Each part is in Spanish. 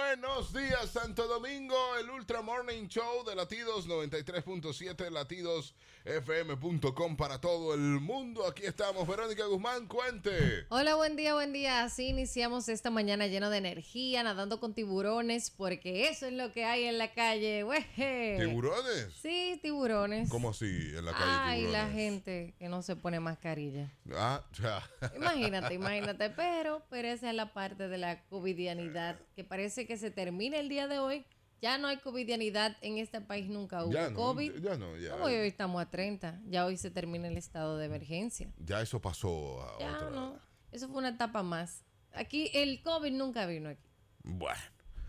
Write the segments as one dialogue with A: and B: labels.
A: Buenos días, Santo Domingo, el Ultra Morning Show de Latidos 93.7, latidosfm.com para todo el mundo. Aquí estamos, Verónica Guzmán, cuente.
B: Hola, buen día, buen día. Así iniciamos esta mañana lleno de energía, nadando con tiburones, porque eso es lo que hay en la calle, güey.
A: ¿Tiburones?
B: Sí, tiburones.
A: ¿Cómo así en la calle?
B: Ay, la
A: tiburones?
B: gente que no se pone mascarilla.
A: Ah, ya.
B: Imagínate, imagínate, pero, pero esa es la parte de la covidianidad que parece que se termina el día de hoy. Ya no hay covidianidad en este país, nunca hubo
A: Ya no,
B: COVID.
A: ya no, ya.
B: No, hoy hoy estamos a 30, ya hoy se termina el estado de emergencia.
A: Ya eso pasó a
B: Ya
A: otra.
B: no, eso fue una etapa más. Aquí el COVID nunca vino aquí,
A: Bueno.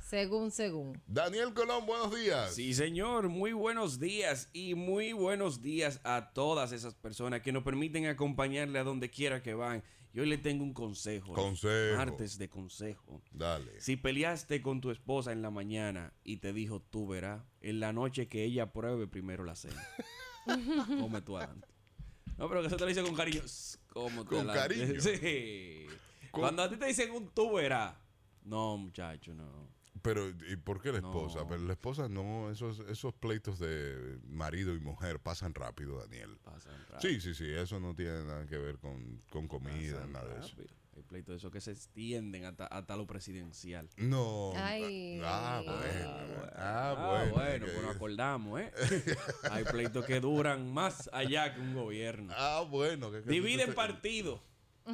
B: según, según.
A: Daniel Colón, buenos días.
C: Sí, señor, muy buenos días y muy buenos días a todas esas personas que nos permiten acompañarle a donde quiera que van. Yo le tengo un consejo.
A: Consejo.
C: Martes de consejo.
A: Dale.
C: Si peleaste con tu esposa en la mañana y te dijo tú verás, en la noche que ella pruebe primero la cena. Come tú adelante. No, pero que eso te lo dice con cariño. Sss, Como tú
A: Con
C: adelante.
A: cariño.
C: Sí.
A: Con-
C: Cuando a ti te dicen un tú verás. No, muchacho, no.
A: Pero, ¿y por qué la
C: No.
A: esposa? Pero la esposa no, esos, esos pleitos de marido y mujer pasan rápido, Daniel.
C: Pasa
A: Sí, sí, sí, eso no tiene nada que ver con, con comida,
C: Pasan
A: nada de eso.
C: rápido. Ah, Hay pleitos de esos que se extienden hasta, hasta lo presidencial.
A: No.
B: Ay.
A: Oh, Ah, bueno. Ah,
C: Ah,
A: bueno.
C: bueno,
A: que-
C: pues nos acordamos, ¿eh? Hay pleitos que duran más allá que un gobierno.
A: Ah, bueno. que- que
C: Dividen
A: usted-
C: partido.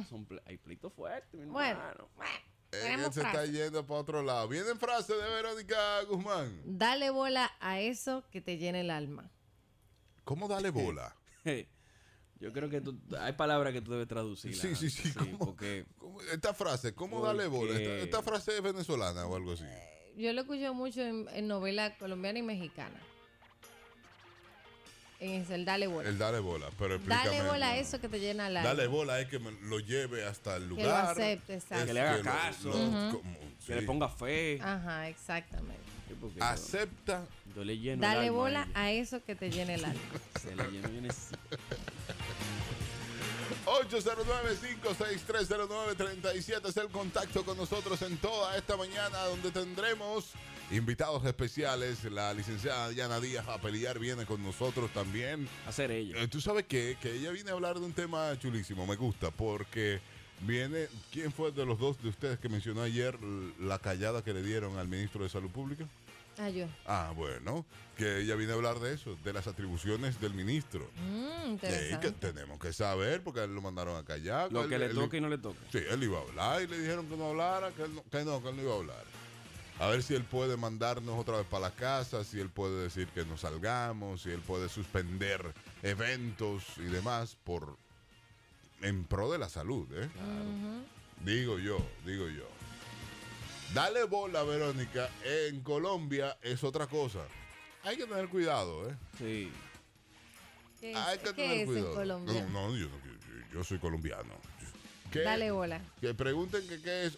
C: Son ple- hay pleitos fuertes, mi
B: Bueno,
C: hermano.
B: bueno,
A: Eh, él
B: tenemos
A: se está
B: frase.
A: yendo para otro lado. Vienen frases de Verónica Guzmán.
B: Dale bola a eso que te llena el alma.
A: ¿Cómo dale bola?
C: Yo creo que tú- hay palabras que tú debes traducir.
A: Sí, sí, sí. ¿cómo-
C: porque
A: cómo- esta frase, ¿cómo
C: Porque-
A: dale bola? Esta, esta frase es venezolana o algo así.
B: Yo lo escucho mucho en, en novela colombiana y mexicana. En ese, el dale bola.
A: El dale bola. Pero explícame.
B: Dale bola a eso que te llena el alma.
A: Dale bola es que me lo lleve hasta el
B: lo
A: lugar.
B: acepte, exacto.
A: es
C: Que le haga caso.
A: como-
C: que le
A: sí.
C: ponga fe.
B: Ajá, exactamente.
C: Sí, porque yo-
A: Acepta.
C: yo, le lleno el
B: Dale
C: alma
B: bola
C: ella.
B: a eso que te llena el alma.
C: Se le lleno yo necesito-
A: 809-56309-37 es el contacto con nosotros en toda esta mañana donde tendremos invitados especiales. La licenciada Diana Díaz a pelear viene con nosotros también.
C: Hacer ella.
A: Eh, Tú sabes qué? que ella viene a hablar de un tema chulísimo, me gusta, porque viene, ¿quién fue de los dos de ustedes que mencionó ayer l- la callada que le dieron al ministro de Salud Pública?
B: Ah, yo.
A: Ah, bueno, que ella viene a hablar de eso, de las atribuciones del ministro.
B: Mm,
A: Sí,
B: interesante.
A: que tenemos que saber porque a él lo mandaron a callar.
C: Lo
A: Él-
C: que le
A: él-
C: toca y no le toca.
A: Sí, él iba a hablar y le dijeron que no hablara, que él no, que no, que él no iba a hablar. A ver si él puede mandarnos otra vez para la casa, si él puede decir que nos salgamos, si él puede suspender eventos y demás por en pro de la salud, ¿eh? Digo yo, digo yo. Dale bola, Verónica, en Colombia es otra cosa. Hay que tener cuidado, ¿eh?
C: Sí.
B: ¿Qué es,
A: Hay que
B: qué
A: tener
B: es en
A: cuidado.
B: Colombia?
A: No, no, yo, no- yo- yo soy colombiano. ¿Qué?
B: Dale bola.
A: Que pregunten que qué es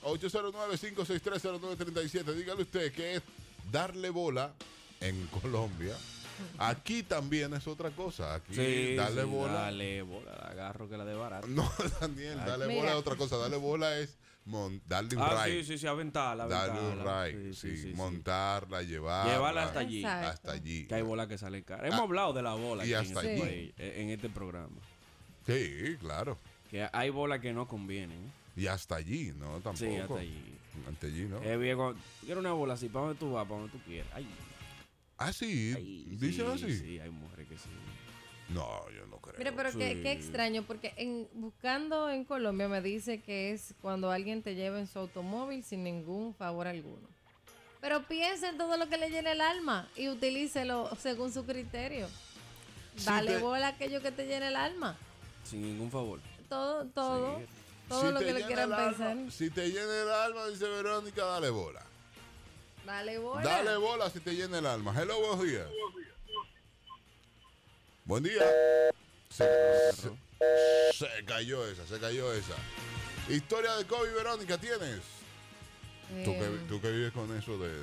A: 809-5630937. Dígale usted qué es darle bola en Colombia. Aquí también es otra cosa. Aquí
C: Sí,
A: darle
C: sí,
A: bola.
C: Dale bola, la agarro que la de barato.
A: No, Daniel, dale
B: Mira.
A: bola es otra cosa. Darle bola es mon- darle un
C: ah,
A: ride.
C: sí, sí, sí, aventarla,
A: Darle
C: aventarla.
A: un ride. Sí, montarla, llevarla.
C: Llevarla hasta allí.
B: Exacto.
A: Hasta allí. Ah,
C: Que hay bolas que salen caras. Hemos hablado de la bola aquí
A: y
C: en
A: hasta
C: este
B: allí.
C: país, eh, en este programa.
A: Sí, claro.
C: Que hay bolas que no convienen.
A: Y hasta allí, ¿no? Tampoco.
C: Sí, hasta allí.
A: Hasta allí, ¿no?
C: Es bien cuando- tú quieres Eh, una bola así, para donde tú vas, para donde tú quieras. Ay,
A: ah, sí.
C: ay,
A: Dicen
C: sí,
A: así.
C: Sí, hay mujeres que sí.
A: No, yo no creo.
B: Mira, pero qué,
C: Sí.
B: qué extraño, porque en, buscando en Colombia me dice que es cuando alguien te lleva en su automóvil sin ningún favor alguno. Pero piensa en todo lo que le llena el alma y utilícelo según su criterio.
A: Sí,
B: Dale
A: te-
B: bola a aquello que te llena el alma.
C: Sin ningún favor.
B: Todo, todo,
C: Sí.
B: todo
A: Si
B: lo
A: te
B: que le
A: llena
B: quieran
A: el alma-
B: pensar.
A: si te llena el alma, dice Verónica, dale bola.
B: Dale bola.
A: Dale bola si te llena el alma. Hello, buenos días. Buen día. Se, se- se cayó esa, se cayó esa. Historia de Kobe Verónica, ¿tienes?
B: Eh,
A: ¿Tú que, tú que vives con eso de...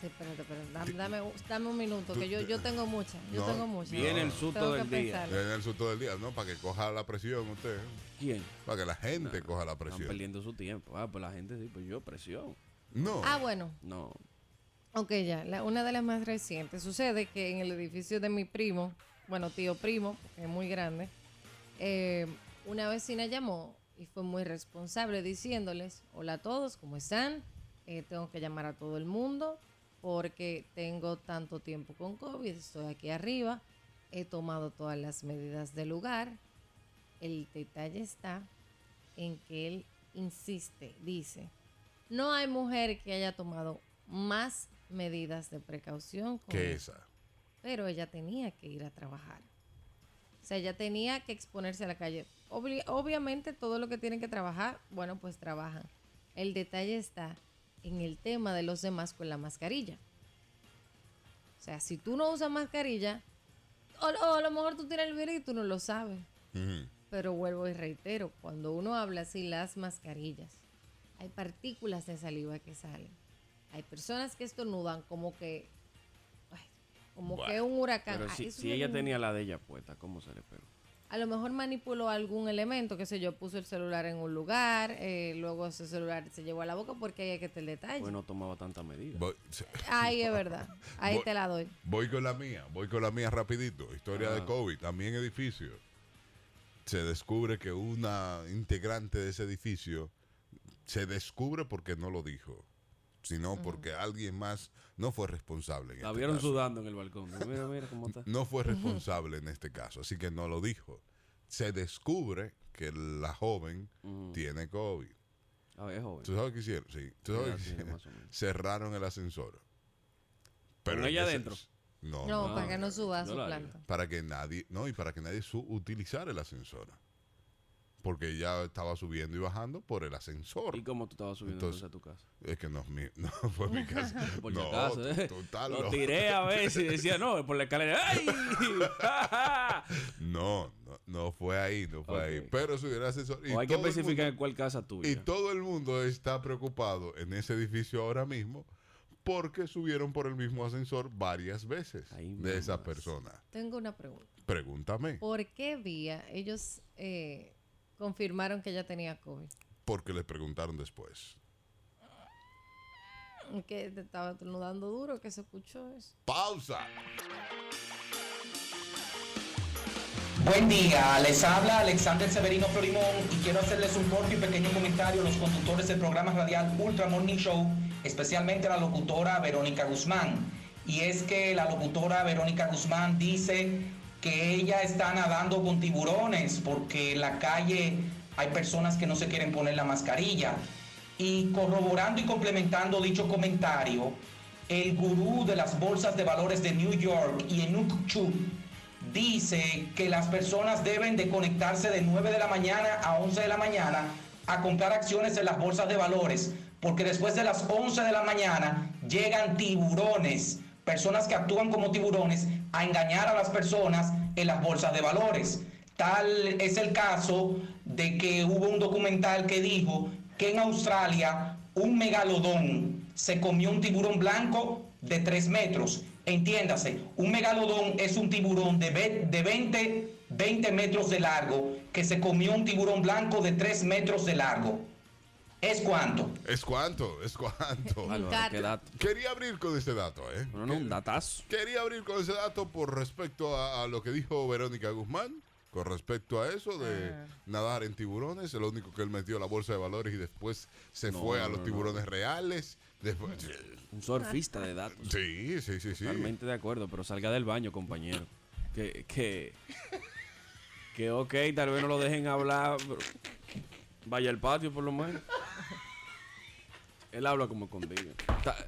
B: Sí, espérate, espérate. Dame, dame un- dame un minuto, que yo, yo tengo muchas. Yo
A: No,
B: tengo muchas.
C: viene el susto
B: Tengo que
C: del día.
B: pensarlo.
A: de el susto del día, ¿no? Para que coja la presión usted.
C: ¿Quién?
A: Para que la gente coja la
C: Están
A: presión.
C: perdiendo su tiempo. Ah, pues la gente sí, pues yo presión.
A: No.
B: Ah, bueno.
C: No.
B: Ok, ya, la- una de las más recientes. Sucede que en el edificio de mi primo, bueno, tío primo, porque es muy grande, eh, una vecina llamó y fue muy responsable diciéndoles, hola a todos, ¿cómo están? Eh, tengo que llamar a todo el mundo porque tengo tanto tiempo con COVID, estoy aquí arriba, he tomado todas las medidas del lugar. El detalle está en que él insiste, dice, no hay mujer que haya tomado más medidas de precaución con
A: que
B: esto".
A: esa.
B: pero ella tenía que ir a trabajar. O sea, ella tenía que exponerse a la calle. Obli- obviamente todo lo que tienen que trabajar, bueno, pues trabajan. El detalle está en el tema de los demás con la mascarilla. O sea, si tú no usas mascarilla, o, o a lo mejor tú tienes el virus y tú no lo sabes.
A: Ujú.
B: Pero vuelvo y reitero, cuando uno habla así las mascarillas, hay partículas de saliva que salen. Hay personas que estornudan como que ay, como
A: Buah,
B: que un huracán.
C: Pero
B: Ah,
C: si,
B: eso
C: si
B: me
C: ella
B: lo-
C: tenía la de ella puesta, ¿cómo se le pegó?
B: A lo mejor manipuló algún elemento, qué sé yo, puso el celular en un lugar, eh, luego ese celular se llevó a la boca porque ahí hay que te el detalle.
C: Pues no tomaba tanta medida.
A: Voy,
B: Ahí es verdad, ahí
A: Voy-
B: te la doy.
A: voy con la mía, voy con la mía rapidito. Historia de
C: Ah.
A: COVID, también edificio. Se descubre que una integrante de ese edificio se descubre porque no lo dijo, sino porque alguien más no fue responsable. en
C: La
A: este
C: vieron
A: caso.
C: sudando en el balcón. Mira, mira cómo está.
A: no fue responsable en este caso, así que no lo dijo. Se descubre que la joven
C: Ujú.
A: tiene COVID.
C: A ver, Mm. Ah, es joven.
A: ¿Tú sabes qué hicieron? Sí. ¿Tú
C: ¿Qué
A: sabes
C: edad
A: qué
C: tiene,
A: hicieron?
C: más o menos?
A: Cerraron el ascensor.
C: ¿Con ella
A: en ese-
C: adentro?
A: No,
B: No,
C: no,
B: para que no
C: no,
B: suba a
C: no
B: su
C: la
B: planta.
A: Para que nadie, no, y para que nadie su utilizara el ascensor. Porque ella estaba subiendo y bajando por el ascensor.
C: ¿Y cómo tú estabas subiendo entonces,
A: Entonces-
C: a tu casa?
A: Es que no, es mi- no fue mi casa.
C: Por
A: no,
C: si acaso, ¿eh?
A: total,
C: Lo
A: no.
C: tiré a veces y decía, no, por la escalera. ¡Ay!
A: No, no, no fue ahí, no fue
C: Ok.
A: ahí. Pero subió el ascensor. y
C: o hay que
A: todo el mundo-
C: especificar en cuál casa tuya.
A: Y todo el mundo está preocupado en ese edificio ahora mismo porque subieron por el mismo ascensor varias veces
C: Ay,
A: de esa
C: mamás.
A: persona.
B: Tengo una pregunta.
A: Pregúntame,
B: ¿Por qué vía ellos eh, confirmaron que ella tenía COVID?
A: porque le preguntaron después.
B: Que te estaba estornudando duro, que se escuchó eso.
A: ¡Pausa!
D: Buen día, les habla Alexander Severino Florimón y quiero hacerles un corto y pequeño comentario a los conductores del programa radial Ultra Morning Show, especialmente a la locutora Verónica Guzmán. Y es que la locutora Verónica Guzmán dice que ella está nadando con tiburones porque en la calle hay personas que no se quieren poner la mascarilla. Y corroborando y complementando dicho comentario, el gurú de las bolsas de valores de New York, Enoch Chu, dice que las personas deben de conectarse de 9 de la mañana a 11 de la mañana a comprar acciones en las bolsas de valores, porque después de las 11 de la mañana llegan tiburones, personas que actúan como tiburones, a engañar a las personas en las bolsas de valores. pues, Tal es el caso de que hubo un documental que dijo que en Australia un megalodón se comió un tiburón blanco de 3 metros. Entiéndase, un megalodón es un tiburón de, ve- de 20, 20 metros de largo que se comió un tiburón blanco de 3 metros de largo. ¿Es cuánto?
A: ¿Es cuánto? ¿Es cuánto?
B: Al-
C: Álvaro,
B: Cata.
C: qué dato.
A: Quería abrir con este dato, ¿eh?
C: No, no, un datazo.
A: Quería abrir con ese dato por respecto a, a lo que dijo Verónica Guzmán, con respecto a eso de
B: Ah.
A: nadar en tiburones, lo único que él metió a la bolsa de valores y después se
C: No,
A: fue a
C: no,
A: los
C: no.
A: tiburones reales. Después,
C: Un surfista de datos.
A: sí, sí, sí, sí.
C: Totalmente de acuerdo, pero salga del baño, compañero. Que, que, que ok, tal vez no lo dejen hablar, pero vaya al patio por lo menos. Él habla como escondido. Ta-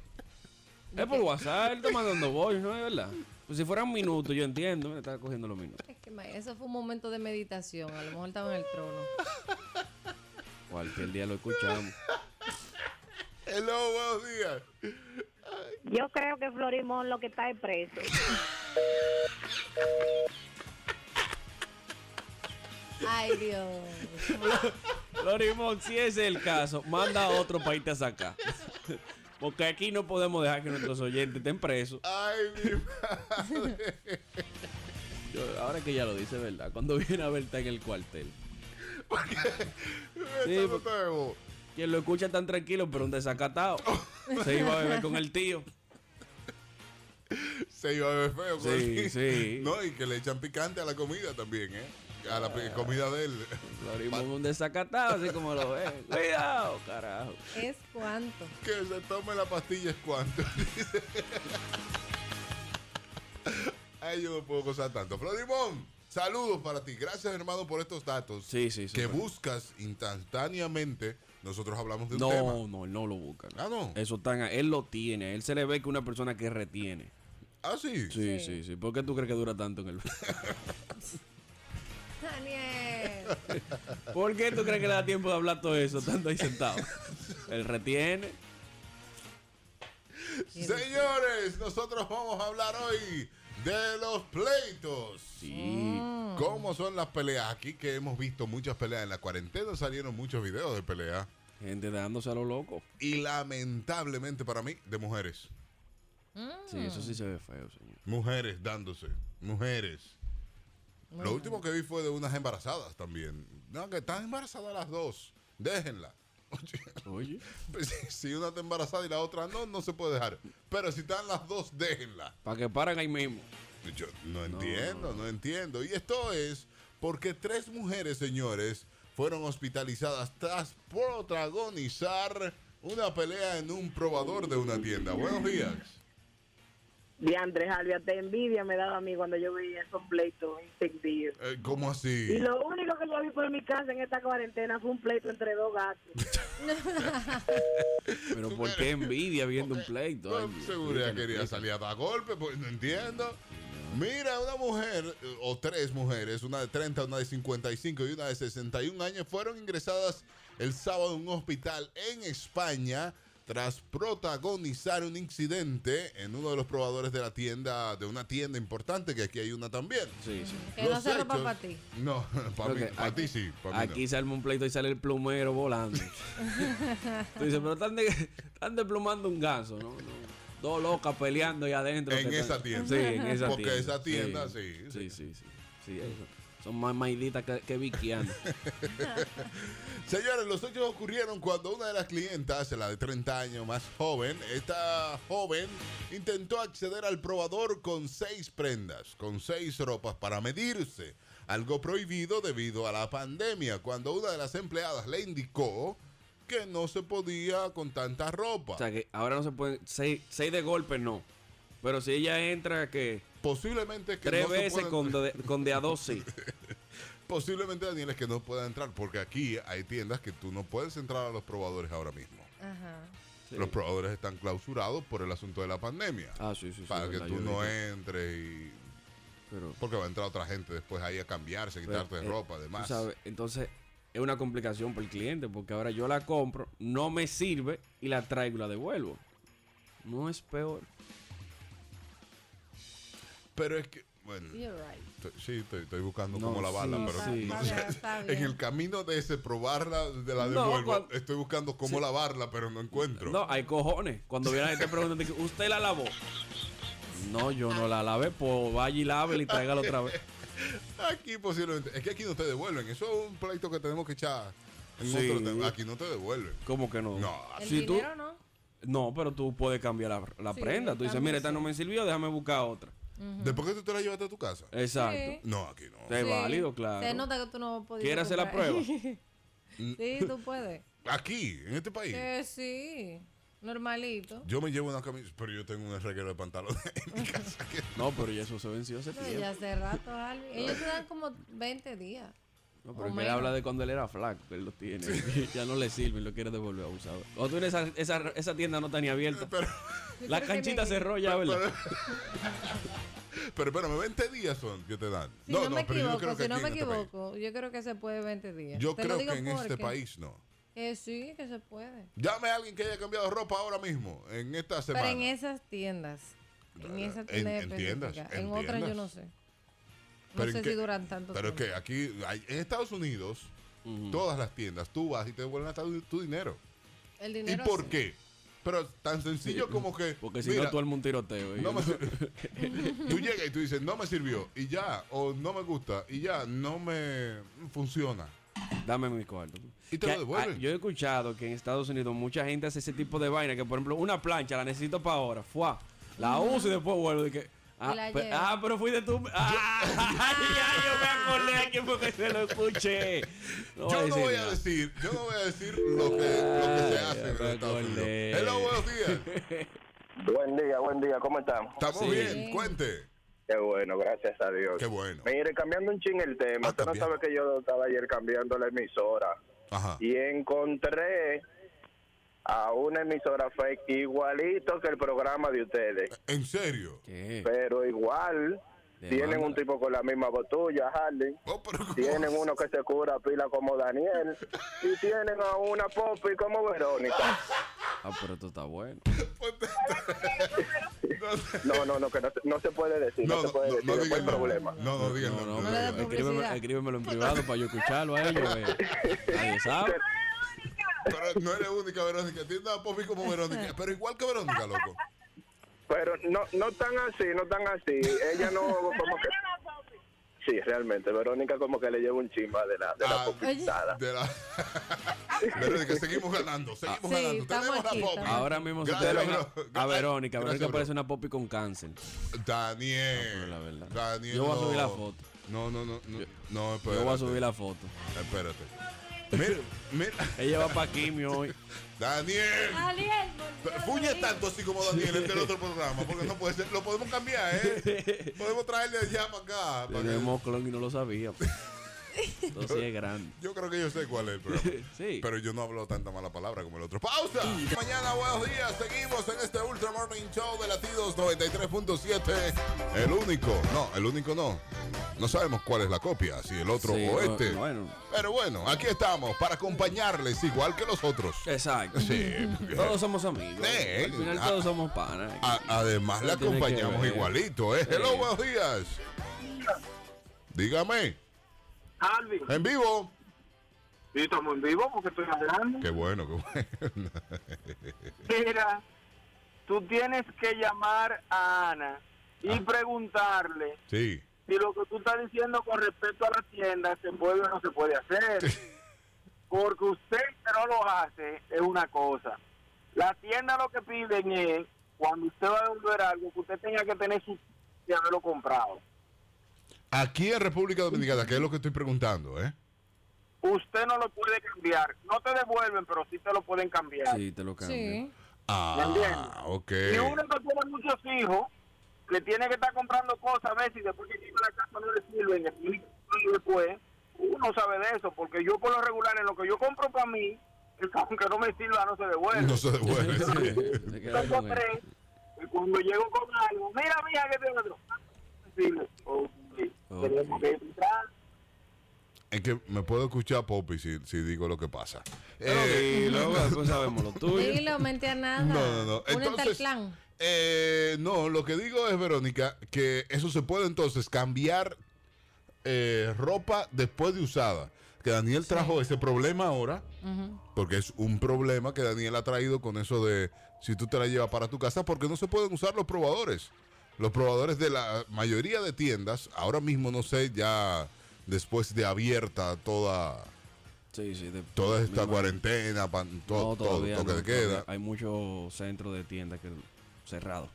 C: es por WhatsApp, él está mandando voice, ¿no es verdad? Pues si fuera un minuto, yo entiendo, mira, está cogiendo los minutos.
B: Es que, ma- eso fue un momento de meditación. A lo mejor estaba en el trono.
C: Cualquier día lo escuchamos.
A: Hello, buenos días.
E: Yo creo que Florimón lo que está es preso.
B: Ay, Dios.
C: Lorimón, si ese es el caso, manda a otro país a sacar. Porque aquí no podemos dejar que nuestros oyentes estén presos.
A: Ay, mi madre.
C: Yo- ahora que ya lo dice, ¿verdad? Cuando viene a ver está en el cuartel. Sí,
A: Esto no
C: porque-
A: está de voz.
C: Quien lo escucha tan tranquilo, pero un desacatado. Se iba a beber con el tío.
A: se iba a beber feo. con
C: Sí,
A: el-
C: sí.
A: No, y que le echan picante a la comida también, ¿eh? A la
C: Ah.
A: pi- comida de él.
C: Florimón es un desacatado, así como lo ven. Cuidado, carajo.
B: Es cuánto.
A: Que se tome la pastilla es cuanto. dice. Ay, yo no puedo gozar tanto. Florimón, saludos para ti. Gracias, hermano, por estos datos.
C: Sí, sí, sí.
A: que buscas instantáneamente. Nosotros hablamos de un tema.
C: No, no, él no lo buscan.
A: Ah, no.
C: Eso tan, él lo tiene, a él se le ve que una persona que retiene.
A: Ah, sí.
C: Sí,
B: Sí.
C: sí, sí. ¿Por qué tú crees que dura tanto en el
B: Daniel.
C: ¿Por qué tú crees que le da tiempo de hablar todo eso tanto ahí sentado? Él retiene.
A: Señores, nosotros vamos a hablar hoy de los pleitos.
C: Sí.
A: ¿Cómo son las peleas? Aquí que hemos visto muchas peleas en la cuarentena, salieron muchos videos de peleas.
C: Gente dándose a lo loco.
A: Y lamentablemente para mí, de mujeres.
C: Sí, eso sí se ve feo, señor.
A: Mujeres dándose. Mujeres. Lo último que vi fue de unas embarazadas también. No, que están embarazadas las dos. Déjenla. Oye,
C: Oye.
A: pues, si- si una está embarazada y la otra no, no se puede dejar. Pero si están las dos, déjenla.
C: Para que paran ahí mismo.
A: Yo no entiendo, no, entiendo. Y esto es porque tres mujeres, señores, fueron hospitalizadas tras protagonizar una pelea en un probador de una tienda. Buenos días.
E: De Andrés Alvia, te envidia me daba a mí cuando yo veía esos pleitos encendidos.
A: Eh, ¿Cómo
E: Y
A: así?
E: lo único que yo vi por mi casa en esta cuarentena fue un pleito entre dos gatos.
C: Pero ¿por qué envidia viendo un pleito?
A: No,
C: Ay,
A: seguridad
C: explícame,
A: quería salir a dar golpe, pues no entiendo. Mira, una mujer, eh, o tres mujeres, una de 30, una de 55 y una de 61 años, fueron ingresadas el sábado en un hospital en España tras protagonizar un incidente en uno de los probadores de la tienda, de una tienda importante, que aquí hay una también.
C: explícame. Sí, sí.
B: Que no
A: Los
B: sea ropa
A: hechos-
B: para ti.
A: No, para
C: Creo
A: mí,
C: que
A: pa' ti sí. pa' mí no.
C: aquí se arma un pleito y sale el plumero volando. Tú dices, pero están, de- están desplumando un ganso, ¿no? No. Dos locas peleando ahí adentro.
A: En
C: que
A: esa
C: están-
A: tienda.
C: Sí, en esa
A: Porque
C: tienda.
A: esa tienda, sí,
C: Sí, sí, sí. sí. Sí, eso. Son más maiditas que, que viquianas.
A: Señores, los hechos ocurrieron cuando una de las clientas, la de 30 años más joven, esta joven intentó acceder al probador con seis prendas, con seis ropas para medirse, algo prohibido debido a la pandemia, cuando una de las empleadas le indicó que no se podía con tanta ropa.
C: O sea que ahora no se pueden. Seis, seis de golpe no. Pero si ella entra que.
A: posiblemente que
C: Tres
A: no se
C: veces
A: pueda-
C: con, de, con de a dos sí.
A: posiblemente Daniel es que no pueda entrar porque aquí hay tiendas que tú no puedes entrar a los probadores ahora mismo.
B: Ajá.
C: Sí.
A: Los probadores están clausurados por el asunto de la pandemia.
C: Ah, sí, sí, sí.
A: para que
C: verdad,
A: tú
C: yo
A: no
C: vi
A: entres y
C: Pero,
A: porque va a entrar otra gente después ahí a cambiarse, a
C: pero,
A: quitarte
C: eh,
A: ropa,
C: tú
A: además.
C: sabes, entonces es una complicación para el cliente porque ahora yo la compro, no me sirve y la traigo y la devuelvo. No es peor.
A: Pero es que, bueno,
B: You're right.
A: t- sí, estoy, estoy buscando
C: No,
A: cómo la bala,
C: sí,
A: pero
B: sí.
A: no
B: Está
A: sé.
B: bien, está bien.
A: en el camino de ese probarla, de la
C: No,
A: devuelvo,
C: cuan-
A: estoy buscando cómo lavarla, pero no encuentro.
C: No, hay cojones. Cuando viene la gente preguntando, ¿usted la lavó? No, yo no la lavé, pues vaya y lávela y tráigala otra vez.
A: Aquí posiblemente, es que aquí no te devuelven, eso es un pleito que tenemos que echar. en
C: Sí.
A: otro tema. Aquí no te devuelven.
C: ¿Cómo que no?
A: No,
B: El
C: Si tú-
B: dinero no.
C: No, pero tú puedes cambiar la, la
B: Sí,
C: prenda. Tú dices,
B: también
C: mira, esta
B: sí.
C: no me sirvió, déjame buscar otra.
A: ¿después que tú te la llevaste a tu casa?
C: Exacto.
B: Sí.
A: No, aquí no.
C: Es
B: Sí.
C: válido, claro.
B: Se nota que tú no podías.
C: ¿Quieres hacer la
B: comprar.
C: prueba? Mm.
B: sí, tú puedes.
A: Aquí, en este país.
B: Que sí. Normalito.
A: Yo me llevo una camisa, pero yo tengo un reguero de pantalones en mi casa que
C: No, pero ya eso se venció hace
B: No,
C: tiempo.
B: ya hace rato, Alvin. Ellos te dan como 20 días.
C: No, pero
B: O
C: es que él
B: menos.
C: habla de cuando él era flaco, que él lo tiene. ya no le sirve, lo quiere devolver abusado. O tú en esa, esa, esa tienda no está ni abierta.
A: Pero,
C: la
B: creo que
C: canchita
B: me-
C: cerró ya, ¿verdad?
A: pero espérame, 20 días son que te dan.
B: Si no, me
A: pero yo
B: equivoco,
A: creo que
B: si no
A: aquí
B: me
A: en este país-
B: equivoco, yo creo que se puede 20 días.
A: Yo
B: Te lo
A: creo
B: digo
A: que en este
B: porque-
A: país no.
B: Que sí, que se puede.
A: Llame a alguien que haya cambiado ropa ahora mismo, en esta semana.
B: Pero en e- esas tiendas. En
A: Eh,
B: esas
A: en-
B: tiendas
A: en
B: específicas.
A: tiendas,
B: En
A: en
B: otras yo
A: tiendas.
B: no sé. No
A: Pero en
B: sé
A: qué-
B: si duran tanto
A: Pero es
B: tiempo.
A: que aquí, hay- en Estados Unidos, todas las tiendas, tú vas y te devuelven hasta tu, tu dinero.
B: El dinero
A: ¿Y por
B: sí.
A: qué? Pero tan sencillo como que.
C: Porque si
A: mira,
C: no, tú armas un tiroteo. ¿eh?
A: no me sir- tú llegas y tú dices, no me sirvió, y ya, o no me gusta, y ya, no me funciona.
C: Dame mi cuarto.
A: Y te
C: Que
A: lo
C: a-
A: devuelven.
C: a- Yo he escuchado que en Estados Unidos mucha gente hace ese tipo de vaina, que por ejemplo, una plancha la necesito para ahora, fuá. La uso y después vuelvo. Y que, Ah,
B: la
C: pe-
B: llevé.
C: ah, pero fui de tu. Ah, ya yo me acordé a quién fue que se lo escuché. No
A: Yo
C: voy a
A: no
C: decir
A: voy a
C: nada.
A: decir, yo no voy a decir lo que, lo que se
C: Ay,
A: hace en los
C: recordé.
A: Estados Unidos. Hello, buenos días.
F: Buen día, buen día, ¿cómo estamos?
A: Estamos
C: Sí.
A: bien, cuente.
F: Qué bueno, gracias a Dios.
A: Qué bueno.
F: Mire, cambiando un ching el tema,
A: Ah,
F: usted no
A: cambiando.
F: sabe que yo estaba ayer cambiando la emisora
A: Ajá.
F: y encontré a una emisora fake igualito que el programa de ustedes,
A: En serio.
C: ¿Qué?
F: pero igual tienen
C: Demanda.
F: un tipo con la misma voz tuya, Harley.
A: Oh, pero ¿cómo?
F: Tienen uno que se cura pila como Daniel y tienen a una popi como Verónica.
C: Ah, pero esto está bueno.
F: No, no, no, que no, se- no se puede decir, no,
A: No, no,
F: se puede
A: no,
F: decir,
A: no
F: después hay
A: diga el nombre.
F: problema.
A: No, no diga el
C: No, no,
A: nombre,
B: le
A: de
B: da
C: pero
A: verdad.
B: publicidad.
C: escríbeme- escríbemelo en privado para yo escucharlo a ellos. eh. Nadie sabe.
A: Pero no eres única, Verónica. Tiene una popi pues, como Verónica. Pero igual que Verónica, loco.
F: Pero no, no tan así, no tan así. Ella no como que... Sí, realmente, Verónica como que le lleva un chimba de la, de la
A: Ah,
F: popizada.
A: de la- Verónica, seguimos ganando, seguimos
B: Sí,
A: ganando.
B: estamos
A: Tenemos la
B: aquí,
A: popi.
B: estamos aquí.
C: Ahora mismo se
A: Gracias,
C: te ven a,
A: bro.
C: a Verónica.
A: Gracias,
C: Verónica
A: bro.
C: parece una popi con cáncer.
A: Daniel.
C: pero la verdad.
A: Daniel,
C: Yo voy a
A: no.
C: subir la foto.
A: No, no, no. No, no espérate.
C: Yo voy a subir la foto.
A: Espérate. Mira, mira.
C: Ella va para quimio hoy.
A: Daniel.
B: Ariel,
A: Pero
B: volvió
A: Fuñe
B: de
A: tanto así como Daniel en el otro programa, porque no puede ser, lo podemos cambiar, ¿eh? Podemos traerle allá para acá. para que-
C: Tenemos clon y no lo sabía. Entonces es grande.
A: Yo creo que yo sé cuál es el programa.
C: Sí.
A: Pero yo no hablo tanta mala palabra como el otro. ¡Pausa! Mañana, buenos días. Seguimos en este Ultra Morning Show de Latidos 93.7. El único. No, el único no. No sabemos cuál es la copia, si el otro
C: Sí,
A: o este.
C: no, bueno.
A: Pero bueno, aquí estamos para acompañarles igual que los otros.
C: Exacto.
A: Sí.
C: Todos somos amigos.
A: Sí.
C: Al final
A: Ah.
C: todos somos panas.
A: A- además, le
C: No tiene que
A: acompañamos
C: ver.
A: igualito, ¿eh? Hello,
C: Sí.
A: buenos días. Dígame, en vivo.
G: Sí, estamos en vivo porque estoy hablando.
A: Qué bueno, qué bueno.
G: Mira, tú tienes que llamar a Ana y
A: Ah.
G: preguntarle
A: Sí.
G: si lo que tú estás diciendo con respecto a la tienda se puede o no se puede hacer. Porque usted que no lo hace es una cosa. La tienda lo que piden es, cuando usted va a devolver algo, que usted tenga que tener su de haberlo comprado.
A: Aquí en República Dominicana, que es lo que estoy preguntando, ¿eh?
G: Usted no lo puede cambiar. No te devuelven, pero sí te lo pueden cambiar.
C: Sí, te lo cambio.
B: Sí.
A: Ah, ok.
G: Y uno que tiene muchos hijos, le tiene que estar comprando cosas a veces y después que llega a la casa no le sirven. Y después, uno sabe de eso, porque yo por lo regular en lo que yo compro para mí, el que aunque no me sirva no se devuelve.
A: No se devuelve. sí.
C: Te quedas
G: Tengo
C: con él.
G: tres, y cuando llego con algo, mira mija que tengo otro. Ah, no me sirve. Ok, tenemos que entrar.
A: Es que me puedo escuchar Poppy si, si digo lo que pasa. Eh,
C: Pero luego después sabemos lo tuyo.
B: Dilo, mente a nada.
A: no, no, no.
B: Únete al
A: Entonces,
B: clan.
A: eh, no, lo que digo es, Verónica, que eso se puede entonces cambiar eh, ropa después de usada. Que Daniel trajo ese problema ahora, porque es un problema que Daniel ha traído con eso de si tú te la llevas para tu casa, porque no se pueden usar los probadores. Los probadores de la mayoría de tiendas, ahora mismo no sé, ya después de abierta toda,
C: Sí, sí. de-
A: toda
C: me
A: esta
C: imagino.
A: cuarentena, pan- to-
C: No,
A: todo,
C: todavía
A: toque
C: no,
A: de queda,
C: todavía Hay muchos centros de tiendas que cerrados.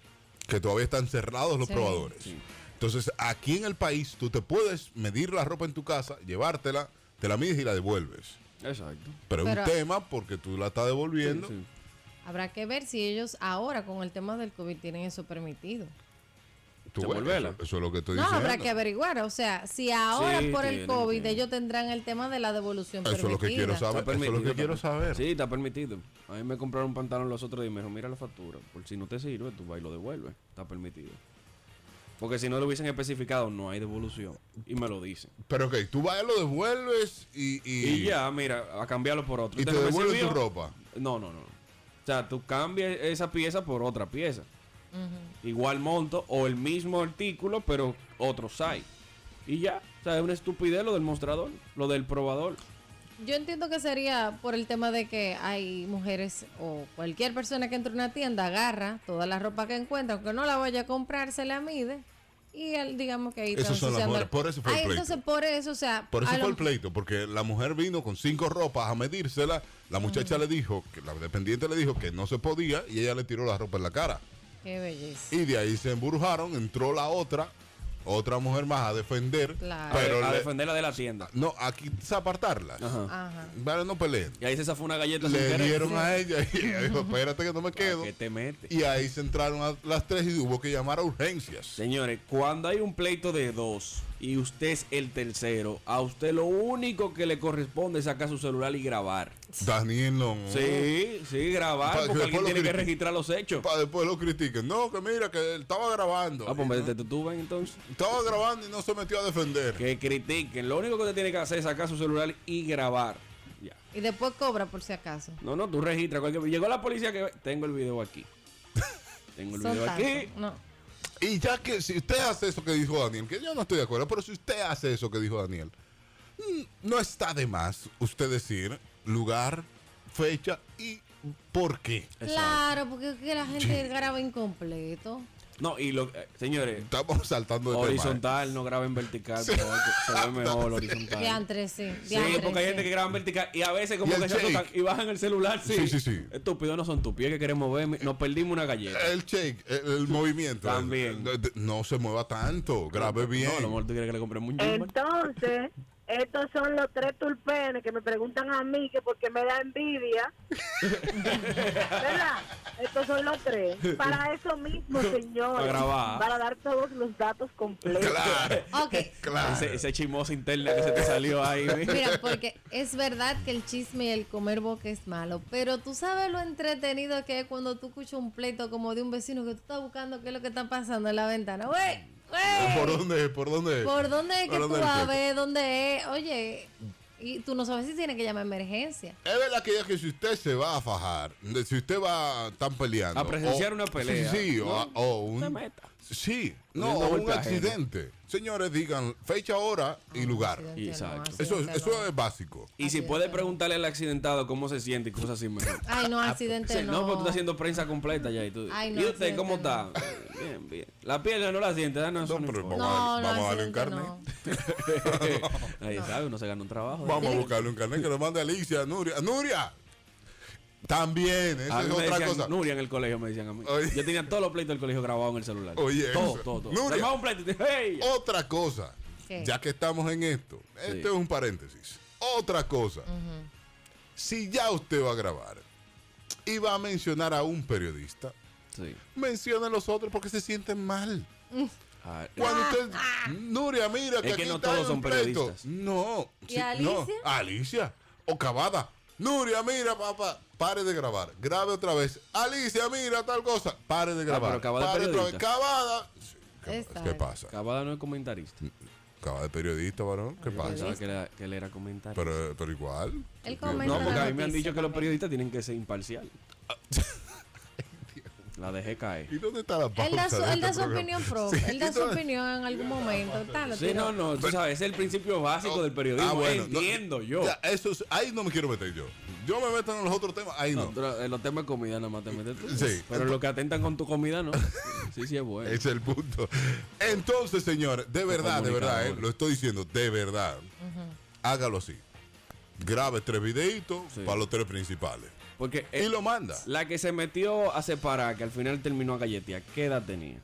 A: que todavía están cerrados los
B: Sí.
A: probadores.
C: Sí.
A: Entonces, aquí en el país, tú te puedes medir la ropa en tu casa, llevártela, te la mides y la devuelves.
C: Exacto.
A: Pero,
B: Pero-
A: es un tema porque tú la estás devolviendo.
C: Sí, sí.
B: Habrá que ver si ellos ahora con el tema del COVID tienen eso permitido.
A: Tú ves,
C: Devolverla.
A: eso, eso es lo que estoy
B: No,
A: diciendo.
B: habrá que averiguar. O sea, si ahora
C: Sí,
B: por el
C: tienen,
B: COVID
C: tienen.
B: ellos tendrán el tema de la devolución
A: Eso es lo
B: permitida.
A: que quiero
C: Está
A: saber. Eso es lo que
C: permitido
A: quiero
C: también.
A: saber.
C: Sí, está permitido. A mí me compraron un pantalón los otros días y me dijeron, mira la factura. Por si no te sirve, tú vas y lo devuelves. Está permitido. Porque si no lo hubiesen especificado, no hay devolución. Y me lo dicen.
A: Pero ok, tú vas, lo devuelves y.
C: Y,
A: Y,
C: ya, mira, a cambiarlo por otro.
A: y
C: Este
A: te
C: no me
A: devuelven tu
C: sirvió.
A: ropa.
C: No, no, no. O sea, tú cambias esa pieza por otra pieza. Igual monto o el mismo artículo, pero otro site. Y ya. O sea, es una estupidez lo del mostrador, lo del probador.
B: Yo entiendo que sería por el tema de que hay mujeres o cualquier persona que entre a una tienda agarra toda la ropa que encuentra, aunque no la vaya a comprar, se la mide y él, digamos que ahí está
A: Esas son las
B: ensuciando-
A: mujeres, por eso fue el
B: Ay,
A: pleito.
B: entonces por eso, o sea,
A: Por eso
B: a
A: fue
B: lo-
A: el pleito, porque la mujer vino con cinco ropas a medírsela. La muchacha le dijo, que la dependiente le dijo que no se podía y ella le tiró la ropa en la cara.
B: Qué Qué belleza.
A: Y de ahí se embrujaron, entró la otra, otra mujer más a defender.
B: Claro.
A: Pero
C: a
A: le-
C: defenderla de la tienda.
A: no, aquí es apartarlas.
C: Ajá.
B: Ajá.
A: Vale, no peleen.
C: Y ahí se zafó una galleta sin
A: Le
C: querer.
A: dieron a ella y ella dijo, espérate que no me
C: ¿Para
A: quedo.
C: qué te metes?
A: Y ahí se entraron a las tres y hubo que llamar a urgencias.
C: Señores, cuando hay un pleito de dos y usted es el tercero, a usted lo único que le corresponde es sacar su celular y grabar.
A: Daniel no.
C: Sí, sí,
A: Para
C: grabar,
A: que
C: porque alguien
A: después lo
C: tiene que
A: critiquen.
C: registrar los hechos.
A: Para después lo critiquen. No, que mira, que él estaba grabando.
C: Ah, pues métete tú, ven, entonces.
A: Estaba grabando y no se metió a defender.
C: Que critiquen. Lo único que usted tiene que hacer es sacar su celular y grabar. Ya.
B: Y después cobra por si acaso.
C: No, no, tú registras. cualquier- Llegó la policía que... Tengo el video aquí. Tengo el
B: Son
C: video aquí.
B: tantos. No.
A: Y ya que si usted hace eso que dijo Daniel, que yo no estoy de acuerdo, pero si usted hace eso que dijo Daniel, mm, no está de más usted decir lugar, fecha y por qué.
B: Claro, porque es que la gente graba incompleto.
C: No, y lo... eh, señores,
A: Estamos saltando de tema, eh.
C: horizontal, no graben vertical. por favor, que se ve mejor horizontal.
B: Diantre, sí.
C: Sí,
B: Diantre,
C: porque hay
B: sí.
C: gente que graban vertical y a veces
A: Y
C: como
A: el
C: que se
A: shake.
C: atocan y bajan el celular, sí.
A: Sí, sí, sí.
C: Estúpidos no son tu pie que queremos ver, nos perdimos una galleta.
A: ¿eh? El shake, el, el movimiento.
C: También.
A: El- el- no se mueva tanto, grabe bien. Eh,
C: No, a lo mejor tú quieres que le compremos un Jumper.
E: Entonces, estos son los tres tulpenes que me preguntan a mí que porque me da envidia. ¿Verdad? Estos son los tres. Para eso mismo,
C: Para
E: señores.
C: grabar.
E: Para dar todos los datos completos.
A: Claro,
B: Ok,
A: claro.
C: Ese, esa chimosa interna que se te salió ahí. mira.
B: mira, porque es verdad que el chisme y el comer boca es malo, pero tú sabes lo entretenido que es cuando tú escuchas un pleito como de un vecino que tú estás buscando qué es lo que está pasando en la ventana. ¡Wey!
A: ¿Por
B: ¡Wey!
A: dónde es? ¿Por dónde es?
B: ¿Por dónde es que
A: ¿Por
B: tú
A: dónde es
B: vas a
A: el pleito?
B: ver? ¿Dónde es? Oye, y tú no sabes si tiene que llamar a emergencia.
A: Es verdad que, ya que si usted se va a fajar, de- si usted va tan peleando.
C: A presenciar
A: o-
C: una pelea.
A: oh, Sí, sí, o,
C: No,
A: a- o un.
C: se meta.
A: Sí,
C: Una
A: no, o un
C: vuelta ajena.
A: accidente. Señores, digan fecha, hora y lugar.
B: Accidente
C: Exacto.
B: no,
A: Eso, es-
B: accidente
A: eso
B: no.
A: es básico.
C: Y si
B: Accidente
C: puedes
B: no.
C: preguntarle al accidentado cómo se siente y cosas así mejor.
B: Ay, no, accidente
C: Ah, pues, Sí,
B: no.
C: no, pues, porque tú estás haciendo prensa completa ya. ¿Y, tú,
B: Ay, no,
C: ¿y usted cómo está?
B: accidente
C: Bien, bien. La pierna no la siente, ah, no, eso
A: No,
C: no
A: pero
C: importa.
A: vamos,
B: No,
A: a,
B: no,
A: vamos a darle un
B: accidente
A: carnet.
B: no.
C: Nadie sabe, uno se gana un trabajo. ¿eh?
A: Vamos a buscarle un carnet que lo mande a Alicia, a Nuria. ¡A ¡Nuria! También, esa
C: A
A: es
C: mí me
A: otra
C: decían,
A: cosa.
C: Nuria en el colegio me decían a mí.
A: Oye.
C: Yo tenía todos los pleitos del colegio grabados en el celular.
A: Oye,
C: todo,
A: eso.
C: todo, todo.
A: Nuria.
C: Armaba un pleito y te- ¡Hey!
A: Otra cosa,
B: ¿Qué?
A: ya que estamos en esto,
C: Sí.
A: esto es un paréntesis. Otra cosa, si ya usted va a grabar y va a mencionar a un periodista,
C: Sí.
A: menciona a los otros porque se sienten mal.
C: Ah,
A: Cuando usted,
B: ah.
A: Nuria, mira que,
C: Es que
A: aquí
C: no
A: está
C: todos
A: el
C: son
A: pleito.
C: periodistas.
A: No,
B: ¿Y
A: sí,
B: Alicia?
A: no. Alicia o Cavada. Nuria, mira, papá, pare de grabar. Grabe otra vez. Alicia, mira tal cosa. Pare de grabar.
C: Ah, pero Cavada es
A: pare otra vez.
C: periodista.
A: Cavada. Sí, ¿Qué,
B: Está
A: qué
B: bien.
A: pasa? Mm,
C: Cavada no es comentarista.
A: Cavada es periodista, varón. ¿Qué pasa?
C: Pensaba que, era- que él era comentarista.
A: Pero, pero igual.
B: Él
C: no,
B: comenta
C: porque
B: la
C: a mí me han
B: noticia
C: dicho que los
B: también.
C: periodistas tienen que ser imparcial. La dejé caer.
A: Ah, ¿Y dónde está la pausa?
B: Él da su,
A: de
B: él
A: este
B: da su
A: programa?
B: opinión pro,
A: Sí,
B: él da su
A: ¿dónde-
B: opinión en algún momento. tal, lo
C: Sí,
B: tiró.
C: no, no, tú sabes, es el principio básico del periodismo.
A: Ah, bueno, no,
C: Entiendo yo.
A: ya, eso es- ahí no me quiero meter yo. Yo me meto en los otros temas. Ahí no.
C: No, pero, eh, los temas de comida nada más te metes tú.
A: Sí.
C: Pero lo que atentan con tu comida, no. Sí, sí, es bueno.
A: Es el punto. Entonces, señores, de verdad, de verdad, eh, lo estoy diciendo, de verdad, hágalo así. Grabe tres videitos
C: Sí.
A: para los tres principales.
C: Porque
A: y
C: eh,
A: lo manda.
C: la que se metió a separar, que al final terminó a galletía, ¿qué edad tenía?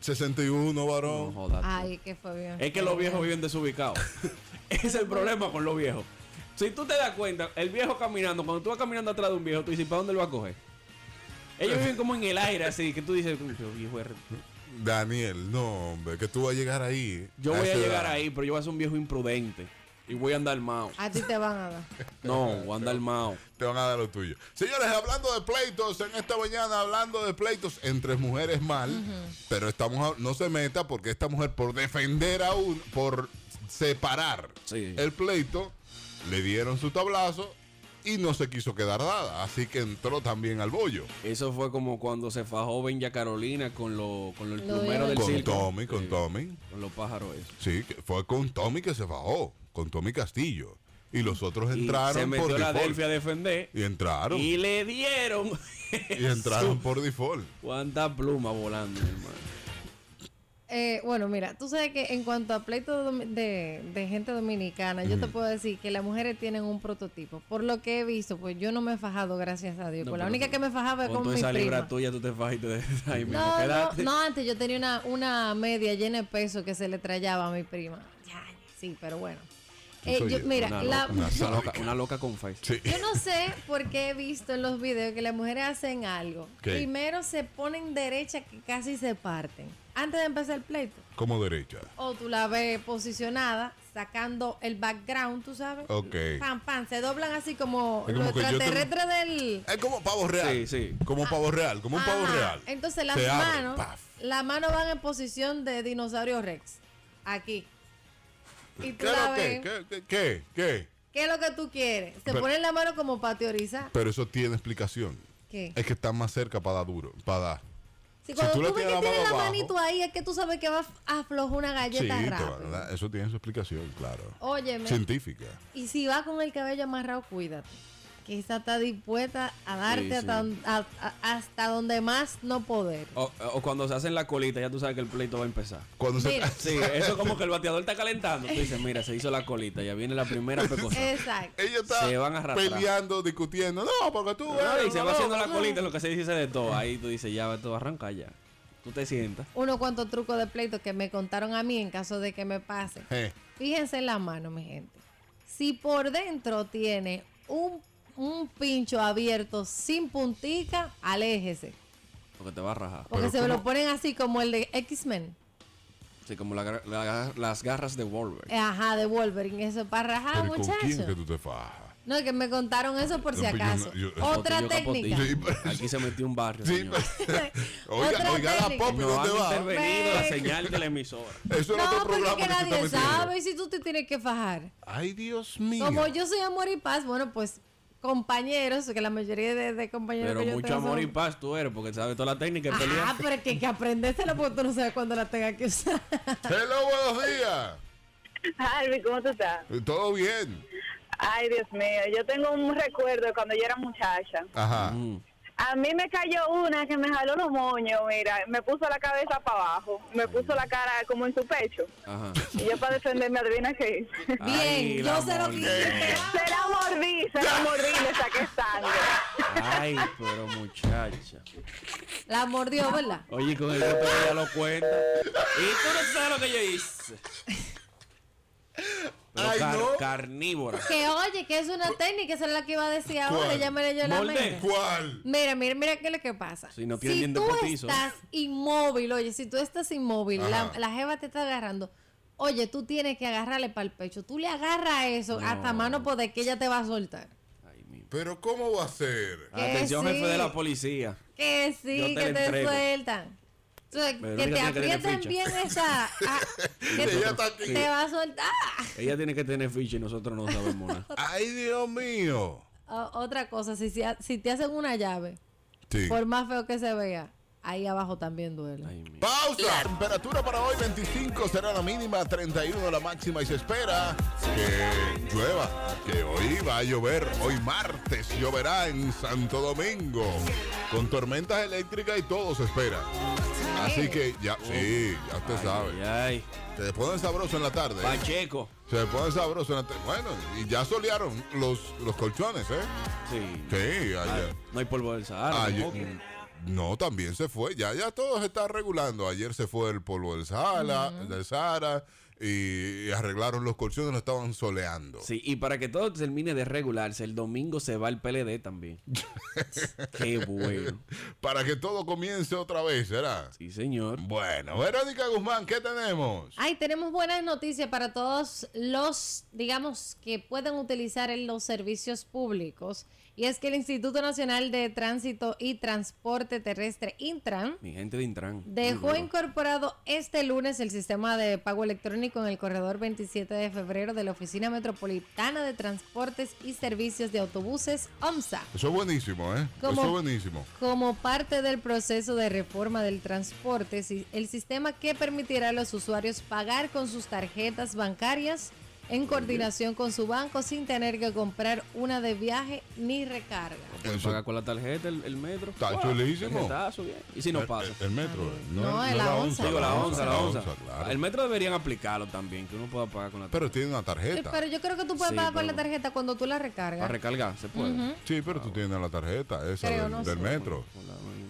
A: 61,
C: No
A: varón.
C: jodas. tú.
B: Ay, que fue bien.
C: Es que los viejos viven desubicados. Ese es el problema con los viejos. Si tú te das cuenta, el viejo caminando, cuando tú vas caminando atrás de un viejo, tú dices, ¿para dónde lo va a coger? Ellos viven como en el aire, así que tú dices, yo, viejo, er-
A: Daniel, no, hombre, que tú vas a llegar ahí.
C: yo voy a
A: esa
C: llegar
A: edad.
C: ahí, pero yo voy a ser un viejo imprudente. Y voy a andar mao.
B: A ti te van a dar.
C: No, voy a andar mao.
A: Te van a dar lo tuyo. Señores, hablando de pleitos, en esta mañana hablando de pleitos entre mujeres mal, pero estamos a- no se meta porque esta mujer por defender a uno, por separar
C: Sí.
A: el pleito, le dieron su tablazo y no se quiso quedar dada, así que entró también al bollo.
C: Eso fue como cuando se fajó Benja Carolina con, lo, con lo- el
B: Lo
C: plumero
B: de-
C: del
A: Con
C: circo.
A: Tommy, con
C: Sí,
A: Tommy.
C: Con los pájaros esos.
A: Sí, que fue con Tommy que se bajó, con Tommy Castillo. Y los otros
C: Y
A: entraron
C: se metió
A: por
C: la
A: default.
C: Delphi a defender.
A: Y entraron.
C: Y le dieron.
A: y entraron por default.
C: ¿Cuánta pluma volando, hermano?
B: eh, bueno, mira, tú sabes que en cuanto a pleito domi- de, de gente dominicana, yo te puedo decir que las mujeres tienen un prototipo. Por lo que he visto, pues yo no me he fajado, gracias a Dios.
C: No,
B: pues la
C: pero
B: única
C: tú-
B: que me fajaba es
C: Con
B: con
C: toda
B: mi
C: esa libra
B: prima.
C: tuya, tú te fajaste de ahí mismo.
B: No, no,
C: Quédate.
B: no, eh, antes yo tenía una, una media llena de peso que se le trayaba a mi prima. Ya, sí, pero bueno.
A: Tú
B: Eh,
A: soy
B: yo-
A: yo,
B: mira,
C: una,
B: la,
C: loca, una, loca, una loca con face.
A: Sí.
B: yo no sé por qué he visto en los videos que las mujeres hacen algo.
A: ¿Qué?
B: Primero se ponen derecha que casi se parten. Antes de empezar el pleito.
A: Como derecha.
B: O tú la ves posicionada, sacando el background, tú sabes.
A: Ok.
B: Pam, pam, se doblan así como
A: Es
B: los
A: como que yo te-
B: extraterrestres del...
A: Es como pavo real.
C: Sí, sí.
A: Como pavo real, como un pavo
B: Ajá.
A: real.
B: Entonces las
A: Se abre,
B: manos,
A: paf.
B: las manos van en posición de dinosaurio rex. Aquí. Y tú
A: ¿Qué,
B: la
A: lo que-
B: ves.
A: qué, qué, qué, qué?
B: ¿Qué es lo que tú quieres? Se
A: Pero-
B: ponen la mano como para teorizar.
A: Pero eso tiene explicación.
B: ¿Qué?
A: Es que está más cerca para dar duro, para dar.
B: Si
A: si
B: cuando
A: tú
B: tú,
A: le
B: ves
A: tienes
B: que
A: la
B: tienes la
A: mano abajo-
B: manito ahí, es que tú sabes que va a aflojar una
A: Sí,
B: galleta
A: te va a
B: rápido.
A: dar. eso tiene su explicación, claro.
B: Óyeme.
A: Científica.
B: Y si va con el cabello amarrado, cuídate. Que esa está dispuesta a darte
C: sí.
B: Hasta, don- a- a- hasta donde más no poder.
C: O, o cuando se hacen la colita, ya tú sabes que el pleito va a empezar.
A: Cuando se-
B: Mira.
C: Sí, eso es como que el bateador está calentando. Tú dices, mira, se hizo la colita, ya viene la primera pecosa.
B: Exacto.
A: Ella está
C: Se van a arrastrar.
A: peleando, discutiendo. No, porque tú.
C: No,
A: eres
C: y se
A: una
C: va haciendo
A: loca,
C: la colita,
A: ¿no?
C: lo que se dice de todo. Ahí tú dices, ya, esto va a arrancar ya. Tú te sientas.
B: Unos cuantos trucos de pleito que me contaron a mí en caso de que me pase.
A: Eh,
B: Fíjense en la mano, mi gente. Si por dentro tiene un, un pincho abierto sin puntica, aléjese.
C: Porque te va a rajar.
B: Porque
A: Pero
B: se lo
A: ¿cómo?
B: ponen así como el de X-Men.
C: Sí, como la gar- la- las garras de Wolver.
B: Eh, Ajá, de Wolverine. Eso para rajar,
A: pero ¿y ¿Con quién que
B: muchachos.
A: tú te fajas?
B: No, que me contaron eso por
A: No,
B: si
A: pues yo
B: acaso.
A: no- yo-
B: Otra
C: Botello Capotillo.
B: técnica.
A: Sí, pero-
C: Aquí se metió un barrio.
A: Sí,
C: señor.
A: pero- Oiga,
B: Otra
A: oiga la
B: técnica.
A: pop, ¿y
C: Nos
A: ¿dónde
C: han
A: va?
C: intervenido la
B: Ven.
C: señal de la emisora.
A: Eso
B: No,
A: es otro
B: porque es
A: programa
B: que
A: que tú
B: nadie
A: estás metiendo.
B: sabe y si tú te tienes que fajar.
A: Ay, Dios mío.
B: Como yo soy amor y paz, bueno, pues compañeros, que la mayoría de, de compañeros
C: Pero
B: que yo
C: mucho
B: tengo
C: amor y
B: son-
C: paz tú eres, porque sabes toda la técnica de
B: Ah,
C: pelear.
B: pero que, que aprendésela porque tú no sabes cuándo la tengas que usar.
A: Hello, buenos días.
E: Harvey, ¿cómo tú estás?
A: ¿Todo bien?
E: Ay, Dios mío, yo tengo un recuerdo de cuando yo era muchacha.
A: Ajá.
C: Mm.
E: A mí me cayó una que me jaló los moños, mira, me puso la cabeza para abajo, me puso la cara como en su pecho.
C: Ajá.
E: Y yo para defenderme, adivina qué hice.
B: Bien,
C: Ay,
B: yo
C: la
B: se lo
C: mordí.
B: quité.
E: Se la mordí, se la mordí, le saqué sangre.
C: Ay, pero muchacha.
B: La mordió, ¿verdad?
C: Oye, con el golpe que ella lo cuenta. Y tú no sabes lo que yo hice. Pero
A: Ay,
C: car-
A: no.
C: carnívora.
B: Que oye, que es una técnica, esa es la que iba a decir ahora,
A: ¿Cuál?
B: ya me leyó la
C: Molde.
B: mente.
A: ¿Cuál?
B: Mira, mira, mira qué es lo que pasa.
C: Si no tienen dientes
B: tú
C: postizos.
B: estás inmóvil, oye, si tú estás inmóvil, la,
A: Ajá.
B: la jeva te está agarrando. Oye, tú tienes que agarrarle para el pecho. Tú le agarras eso hasta mano poder que ella te va a soltar.
C: Ay, mi-
A: ¿Pero cómo va a ser?
B: Que
C: Atención,
B: sí.
C: jefe de la policía.
B: Que
C: Yo
B: sí,
C: te
B: que
C: la
B: te
C: entrego.
B: sueltan. O sea,
C: Verónica
B: que te
C: tiene que tener
B: aprieten
C: ficha.
B: bien esa. ah, que
A: Ella
B: te-
A: está aquí.
B: te va a soltar.
C: Ella tiene que tener ficha y nosotros no sabemos nada.
A: Ay, Dios mío.
B: O- otra cosa, si, si, si te hacen una llave,
A: Sí.
B: por más feo que se vea, ahí abajo también duele.
C: Ay, mi-
A: Pausa. Temperatura para hoy 25 será la mínima, 31 la máxima y se espera que llueva, que hoy va a llover, hoy martes lloverá en Santo Domingo, con tormentas eléctricas y todo se espera. Así que ya, sí, ya usted
C: Ay,
A: sabe.
C: ay.
A: Se ponen sabroso en la tarde. ¿eh?
C: Pacheco.
A: Se ponen sabroso en la tarde. Bueno, y ya solearon los, los colchones, ¿eh?
C: Sí.
A: Sí,
C: Ay,
A: ayer.
C: no hay polvo del Sahara.
A: Ayer-
C: tampoco.
A: mm, no, también se fue. Ya, ya todo se está regulando. Ayer se fue el polvo del Sahara, del Sahara y, y arreglaron los colchones, lo estaban soleando.
C: Sí, y para que todo termine de regularse, el domingo se va el PLD también. Qué bueno.
A: Para que todo comience otra vez, ¿será?
C: Sí, señor.
A: Bueno, Verónica Guzmán, ¿qué tenemos?
B: Ay, tenemos buenas noticias para todos los, digamos, que pueden utilizar en los servicios públicos. Y es que el Instituto Nacional de Tránsito y Transporte Terrestre, Intran,
C: Mi gente de Intran.
B: dejó
C: Muy bueno.
B: incorporado este lunes el sistema de pago electrónico en el corredor 27 de febrero de la Oficina Metropolitana de Transportes y Servicios de Autobuses, OMSA.
A: Eso es buenísimo, ¿eh?
B: ¿Cómo?
A: Eso es buenísimo.
B: Como parte del proceso de reforma del transporte, si- el sistema que permitirá a los usuarios pagar con sus tarjetas bancarias en coordinación con su banco sin tener que comprar una de viaje ni recarga.
C: Pueden
A: Eso-
C: pagar con la tarjeta el, el metro.
A: Está
C: Wow,
A: chulísimo.
C: tarjetazo, bien. Y si no pasa.
A: El, el metro. eh,
B: Ah, No, es la onza.
C: Digo, la onza, la onza.
A: claro.
C: El metro deberían aplicarlo también, que uno pueda pagar con la tarjeta.
A: Pero tiene una tarjeta.
B: Eh, Pero yo creo que tú puedes
C: Sí,
B: pagar con
C: pero-
B: la tarjeta cuando tú la
C: Para
B: recargas.
C: recargar, se puede.
A: Sí, pero tú tienes la tarjeta esa
B: Creo,
A: del,
B: no
A: del
B: sé.
A: metro.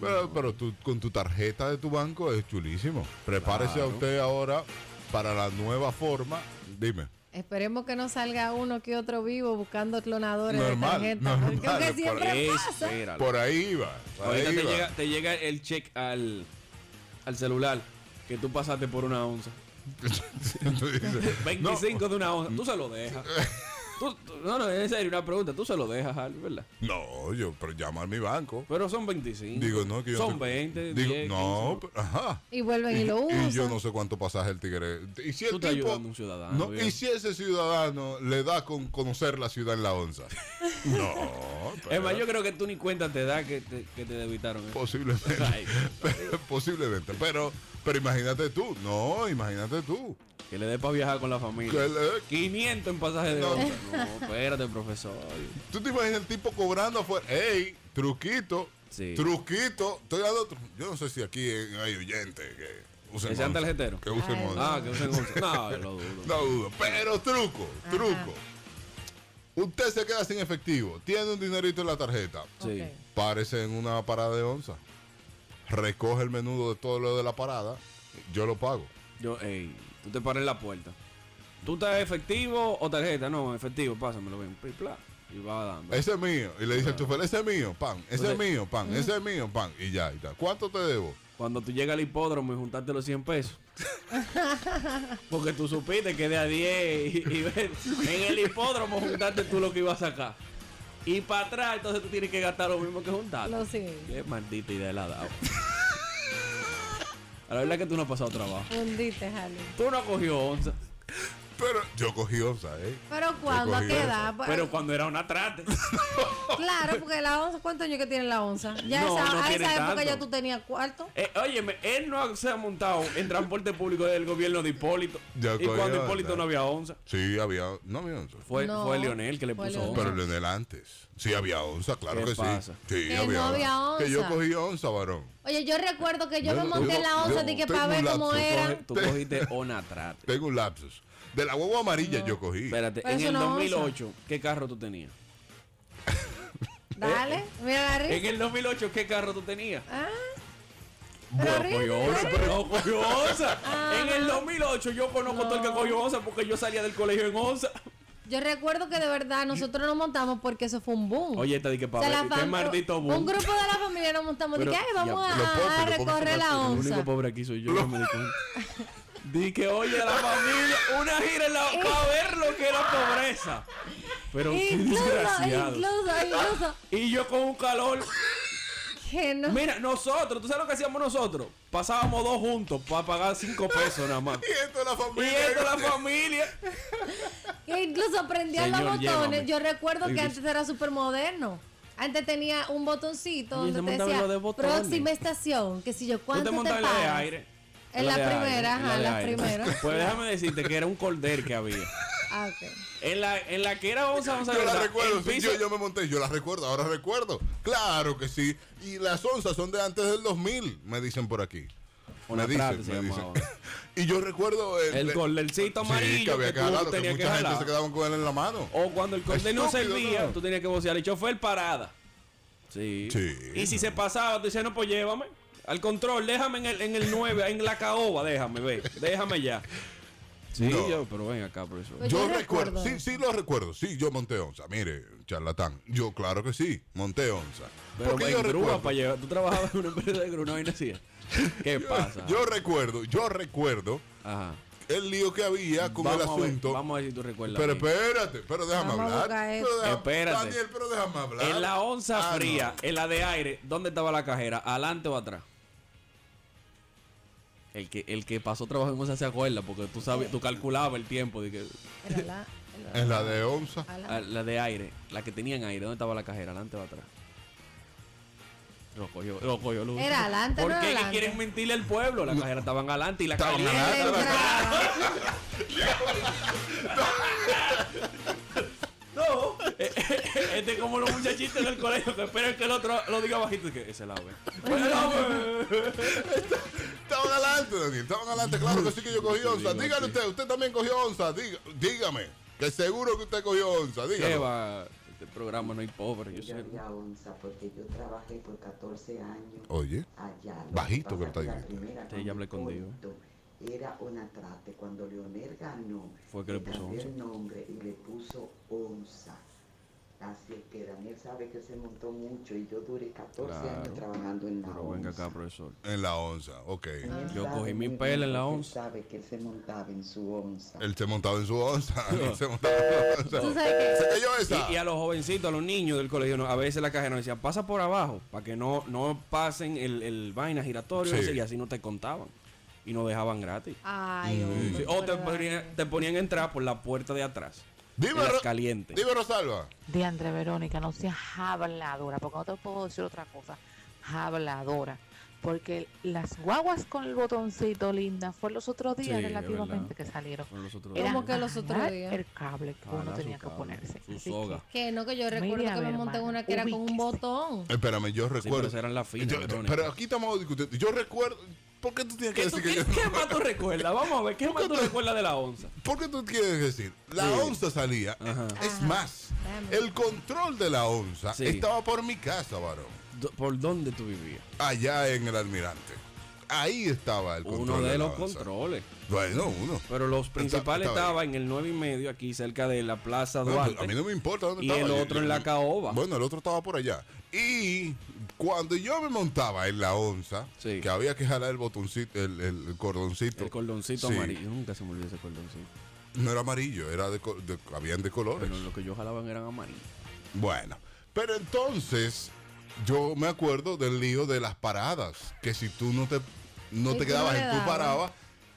A: Pero, pero tú, con tu tarjeta de tu banco es chulísimo. Prepárese a usted ahora para la nueva forma. Dime.
B: Esperemos que no salga uno que otro vivo buscando clonadores
A: Normal,
B: de tarjeta.
A: normal,
B: porque aunque
A: por
B: siempre pasa.
C: Espéralo.
A: Por ahí va. por
C: Ahorita
A: ahí
C: te
A: va.
C: llega, te llega el check al, al celular que tú pasaste por una onza.
A: Tú dices, no,
C: 25 de una onza. Tú se lo dejas. Tú- tú- no, no, en serio, una pregunta. Tú se lo dejas, Harvey, ¿verdad?
A: no, yo, pero llama a mi banco.
C: Pero son 25.
A: Digo, no, que yo
C: Son
A: no-
C: 20.
A: Digo,
C: 10,
A: no,
C: 15.
A: pero- ajá.
B: Y vuelven y, lo usan.
A: Y yo no sé cuánto pasaje el tigre. Y si el
C: Tú estás
A: tipo-
C: ayudando a un ciudadano,
A: no,
C: bien.
A: y si ese ciudadano le da con conocer la ciudad en la onza. no.
C: Es más,
A: pero-
C: yo creo que tú ni cuenta te da que te, que te debitaron. eso.
A: Posiblemente.
C: Ay.
A: Pero- posiblemente. Pero, pero imagínate tú. No, imagínate tú.
C: Que le dé para viajar con la familia.
A: Que le-
C: 500 en pasaje de
A: No.
C: onza. No, espérate, profesor.
A: Tú te imaginas el tipo cobrando afuera. ¡Ey! Truquito.
C: Sí.
A: Truquito. Estoy dando. tru- Yo no sé si aquí eh, hay oyentes que usen.
C: Que sean
A: onza,
C: tarjeteros.
A: Que usen
B: Ay,
A: onza.
C: Ah, que usen onza. No, lo dudo.
A: No dudo. Pero truco. Truco. Usted se queda sin efectivo. Tiene un dinerito en la tarjeta.
C: Sí.
B: Ok.
A: Párese en una parada de onza. Recoge el menudo de todo lo de la parada. Yo lo pago.
C: Yo, ey, tú te paras en la puerta. ¿Tú estás efectivo o tarjeta? No, efectivo, pásamelo bien. Pi, pla, Y va dando.
A: Ese es mío. Y le dice al chofer, ese es mío, pan. Ese es
C: Ah. Entonces-
A: mío, pan. Ese es mío, pan. Y ya, y tal. ¿Cuánto te debo?
C: Cuando tú llegas al hipódromo y juntaste los 100 pesos. Porque tú supiste que de a 10 y, y ven, en el hipódromo juntaste tú lo que ibas a sacar. Y para atrás, entonces tú tienes que gastar lo mismo que juntaste.
B: Lo sí.
C: Qué maldita idea la ha dado. La verdad es que tú no has pasado trabajo.
B: Hundiste, Jale.
C: Tú no has cogido onza.
A: Pero yo cogí onza, ¿eh?
B: Pero cuando, ¿a
A: cogí
B: qué
A: eso.
B: edad? Pues,
C: Pero cuando era una trate.
B: Claro, porque la onza, ¿cuántos años que tiene la onza? Ya
C: No,
B: esa,
C: no
B: a
C: tiene
B: esa época
C: tanto.
B: ya tú tenías cuarto.
C: Eh, óyeme, él no se ha montado en transporte público del gobierno de Hipólito.
A: Ya
C: y cuando
A: cogió,
C: Hipólito
A: ya.
C: no había onza.
A: Sí, había. No había onza.
C: Fue,
B: No,
C: fue Leonel que le
B: fue
C: puso
B: Leonel.
C: onza.
A: Pero Leonel antes. Sí, había onza, claro
C: ¿Qué
A: que
C: pasa?
A: sí. Sí,
B: Que no había
A: Que yo
B: onza.
A: cogí onza, varón.
B: Oye, yo recuerdo que yo
A: Yo
B: me
A: no-
B: monté
A: yo
B: en
A: no-
B: la
A: yo
B: onza
A: no
B: de que
A: tengo
B: para ver cómo
A: lapso,
C: Tú
B: era.
C: coge- tú cogiste una trate.
A: Tengo un lapsus. De la guagua amarilla yo cogí.
C: Espérate,
B: Pero
C: en
B: eso
C: el
B: no es
C: 2008, ¿qué carro tú tenías?
B: Dale, mira la
C: En el 2008, ¿qué carro tú tenías?
B: Ah,
C: Bueno,
B: ríe,
C: cogió
B: ríe.
C: onza. No, cogió onza.
B: Ah.
C: En el 2008 yo conozco todo el que cogió onza porque yo salía del colegio en onza.
B: yo recuerdo que de verdad nosotros nos montamos porque eso fue un boom.
C: Oye, esta di que
B: O sea,
C: para
B: la
C: ver, qué
B: fam-
C: maldito boom.
B: Un grupo de la familia nos montamos.
C: Pero-
B: Dije, ay, vamos
C: ya,
B: a,
A: los pobres,
B: a
A: los pobres
B: recorrer
A: son
B: la
A: así,
C: El
B: onza.
C: único pobre aquí soy yo, no me di cuenta. Di que oye a la familia, una gira en la para ver lo que era pobreza. Pero qué
B: Incluso,
C: desgraciado.
B: incluso, incluso.
C: Y yo con un calor.
B: Que no.
C: Mira, nosotros, ¿tú sabes lo que hacíamos nosotros? Pasábamos dos juntos para pagar cinco pesos nada más.
A: Y esto es la
C: Y
A: familia.
C: esto la familia.
B: Que incluso prendían los
C: Señor, llévame.
B: botones. Yo recuerdo que
C: Oye, pues,
B: antes era súper moderno. Antes tenía un botoncito
C: Oye,
B: donde
C: se
B: te
C: montaban
B: decía
C: los de botones.
B: próxima estación, que si yo
C: Tú
B: cuánto
C: te
B: te,
C: montas en la de
B: pagas?
C: aire.
B: En la
C: de aire,
B: primera, ajá,
C: de
B: la
C: aire.
B: primera.
C: Pues déjame decirte que era un cordel que había.
B: Ah, ok.
C: En la, en la que era onza, onza,
A: Yo la
C: onza,
A: recuerdo,
C: el
A: sí,
C: piso-
A: yo, yo me monté, yo la recuerdo, ahora recuerdo. Claro que sí. Y las onzas son de antes del 2000, me dicen por aquí.
C: Una
A: me dicen,
C: trate se
A: me
C: llamaba.
A: dicen. y yo recuerdo el,
C: El cordelcito amarillo
A: Sí, que había
C: que
A: que
C: tú
A: jalarlo, que
C: tenías que
A: mucha gente
C: jalar.
A: se quedaban con él en la mano.
C: O cuando el cordel no
A: Estúpido,
C: servía,
A: ¿no?
C: tú tenías que vocear el chofer parada. Sí.
A: Sí.
C: Y si se pasaba, tú dices, no, pues llévame. Al control, déjame en el, en el 9, en la caoba, déjame, ve. Déjame ya. Sí,
A: No.
C: yo, pero ven acá, profesor.
B: Pues
A: yo
B: yo
A: recuerdo,
B: recuerdo
A: sí,
B: eso.
A: sí lo recuerdo, sí, yo monté onza. Mire, charlatán, yo claro que sí, monté onza.
C: Pero
A: Porque
C: en
A: yo
C: grúa
A: recuerdo,
C: para llevar. Eh, Tú trabajabas en una empresa de grúa, no hay nacía. ¿Qué pasa?
A: yo recuerdo, yo recuerdo
C: Ajá.
A: el lío que había con
C: vamos
A: el asunto.
C: A ver, vamos a ver si tú recuerdas.
A: Pero
C: bien.
A: espérate, pero déjame
B: Vamos a
A: hablar.
B: buscar
A: Pero
B: esto.
A: déjame-
C: Espérate.
A: Daniel, pero déjame hablar.
C: en la onza
A: Ah, no.
C: fría, en la de aire, ¿dónde estaba la cajera? ¿Adelante o atrás? El que, el que pasó trabajo en onza se acuerda, porque tú sabes, tú calculabas el tiempo de que
B: Era la, era la-
A: En la de onza.
B: a la-
C: Ah, La de aire, la que tenían aire, ¿dónde estaba la cajera? ¿Adelante o atrás? Lo cogió, lo cogió Luis.
B: Era adelante,
C: ¿Por qué?
B: no era
C: ¿Qué
B: adelante?
C: quieren mentirle al pueblo? La cajera estaban adelante y la
A: Estaban
C: caliente.
A: adelante.
B: Él entraba.
C: No. eh, eh, este es como los muchachitos en el colegio que esperan que el otro lo diga bajito. y Que ese la ve. Ese la ve.
A: Estaban adelante, Daniel. Estaban adelante. Claro que sí que yo cogí onza. Dígale usted, usted también cogió onza. Diga- dígame. Que seguro que usted cogió onza.
C: ¿Qué
A: Dígame.
C: va? Este programa no hay pobre, yo
H: Yo
C: sé.
H: había onza porque yo trabajé por 14 años
A: Oye.
H: allá. Lo
A: Bajito
H: pasa
A: que lo está
H: es la
A: diciendo.
H: primera
C: Sí, ya hablé
H: con
C: con Dios.
H: Hipólito Era una trate. Cuando Leonel ganó,
C: Fue que le puso
H: cambió el
C: onza.
H: nombre y le puso onza. Así es que Daniel sabe que se montó mucho y yo duré 14
C: Claro.
H: años trabajando en la
C: Pero venga
H: onza.
C: acá, profesor.
A: En la onza. Ok.
H: Daniel
C: Yo
H: sabe
C: cogí mi
H: muy
C: pela
H: bien
C: en la
H: porque
C: onza.
H: sabe que él se montaba en su onza.
A: Él se montaba en su onza. Él se montaba en su onza.
B: Tú sabes que-
A: eh, Se cayó esa.
C: Y, y a los jovencitos, a los niños del colegio, no, a veces la cajera nos decía, pasa por abajo, para que no, no pasen el, el vaina giratorio
A: Sí.
C: ese", y así no te contaban. Y nos dejaban gratis.
B: Ay,
C: Sí,
B: hombre,
C: O te
B: pero Daniel.
C: ponían, te ponían a entrar por la puerta de atrás.
A: Dime,
C: en las
A: Ro-
C: calientes.
A: dime, Rosalba.
I: Diandre Verónica, no seas habladora, porque no te puedo decir otra cosa. Habladora. Porque las guaguas con el botoncito linda fue los otros días
C: Sí, es
I: relativamente
C: verdad.
I: que salieron.
C: Con los otros
I: Era
B: ¿Cómo que los otros
I: jalar
B: días?
I: El cable que uno
C: Jalar su
I: tenía que
C: cable,
I: ponerse.
C: su
I: Así que,
C: soga.
B: Que no, que yo recuerdo
I: Mira,
B: que me
I: mi
B: monté en
I: hermana,
B: una que era con un
I: ubíquese.
B: botón.
A: Espérame, yo recuerdo.
C: pero esa era la fina,
A: Yo-
C: Verónica.
A: pero aquí estamos discutiendo. Yo recuerdo. ¿Por qué tú tienes que
C: ¿Qué, tú-
A: decir que
C: qué-
A: yo
C: qué más tú recuerdas? Vamos a ver, ¿qué
A: ¿Por qué
C: más tú
A: tú-
C: recuerdas de la onza?
A: ¿Por qué tú quieres decir? La
C: Sí.
A: onza salía.
C: Ajá.
A: Es más,
B: Dame.
A: el control de la onza
C: Sí.
A: estaba por mi casa, varón.
C: Do- ¿Por dónde tú vivías?
A: Allá en el almirante. Ahí estaba el control.
C: Uno de
A: la
C: los
A: onza.
C: controles.
A: Bueno, uno.
C: Pero los principales
A: estaba
C: estaban en el 9 y medio, aquí cerca de la Plaza
A: No,
C: Duarte.
A: pues, a mí no me importa dónde
C: Y
A: estaba.
C: el
A: Yo-
C: otro
A: yo-
C: en la caoba.
A: Bueno, el otro estaba por allá. Y cuando yo me montaba en la onza,
C: Sí.
A: que había que jalar el botoncito, el, el cordoncito.
C: El cordoncito
A: Sí.
C: amarillo. Yo nunca se me olvidó ese cordoncito.
A: No era amarillo, era de, co- de- habían de colores.
C: Pero lo que yo jalaban eran amarillos.
A: Bueno, pero entonces yo me acuerdo del lío de las paradas, que si tú no te, no
B: Sí,
A: te
B: tú
A: quedabas
B: no
A: y
B: le
A: tú
B: dabas.
A: parabas,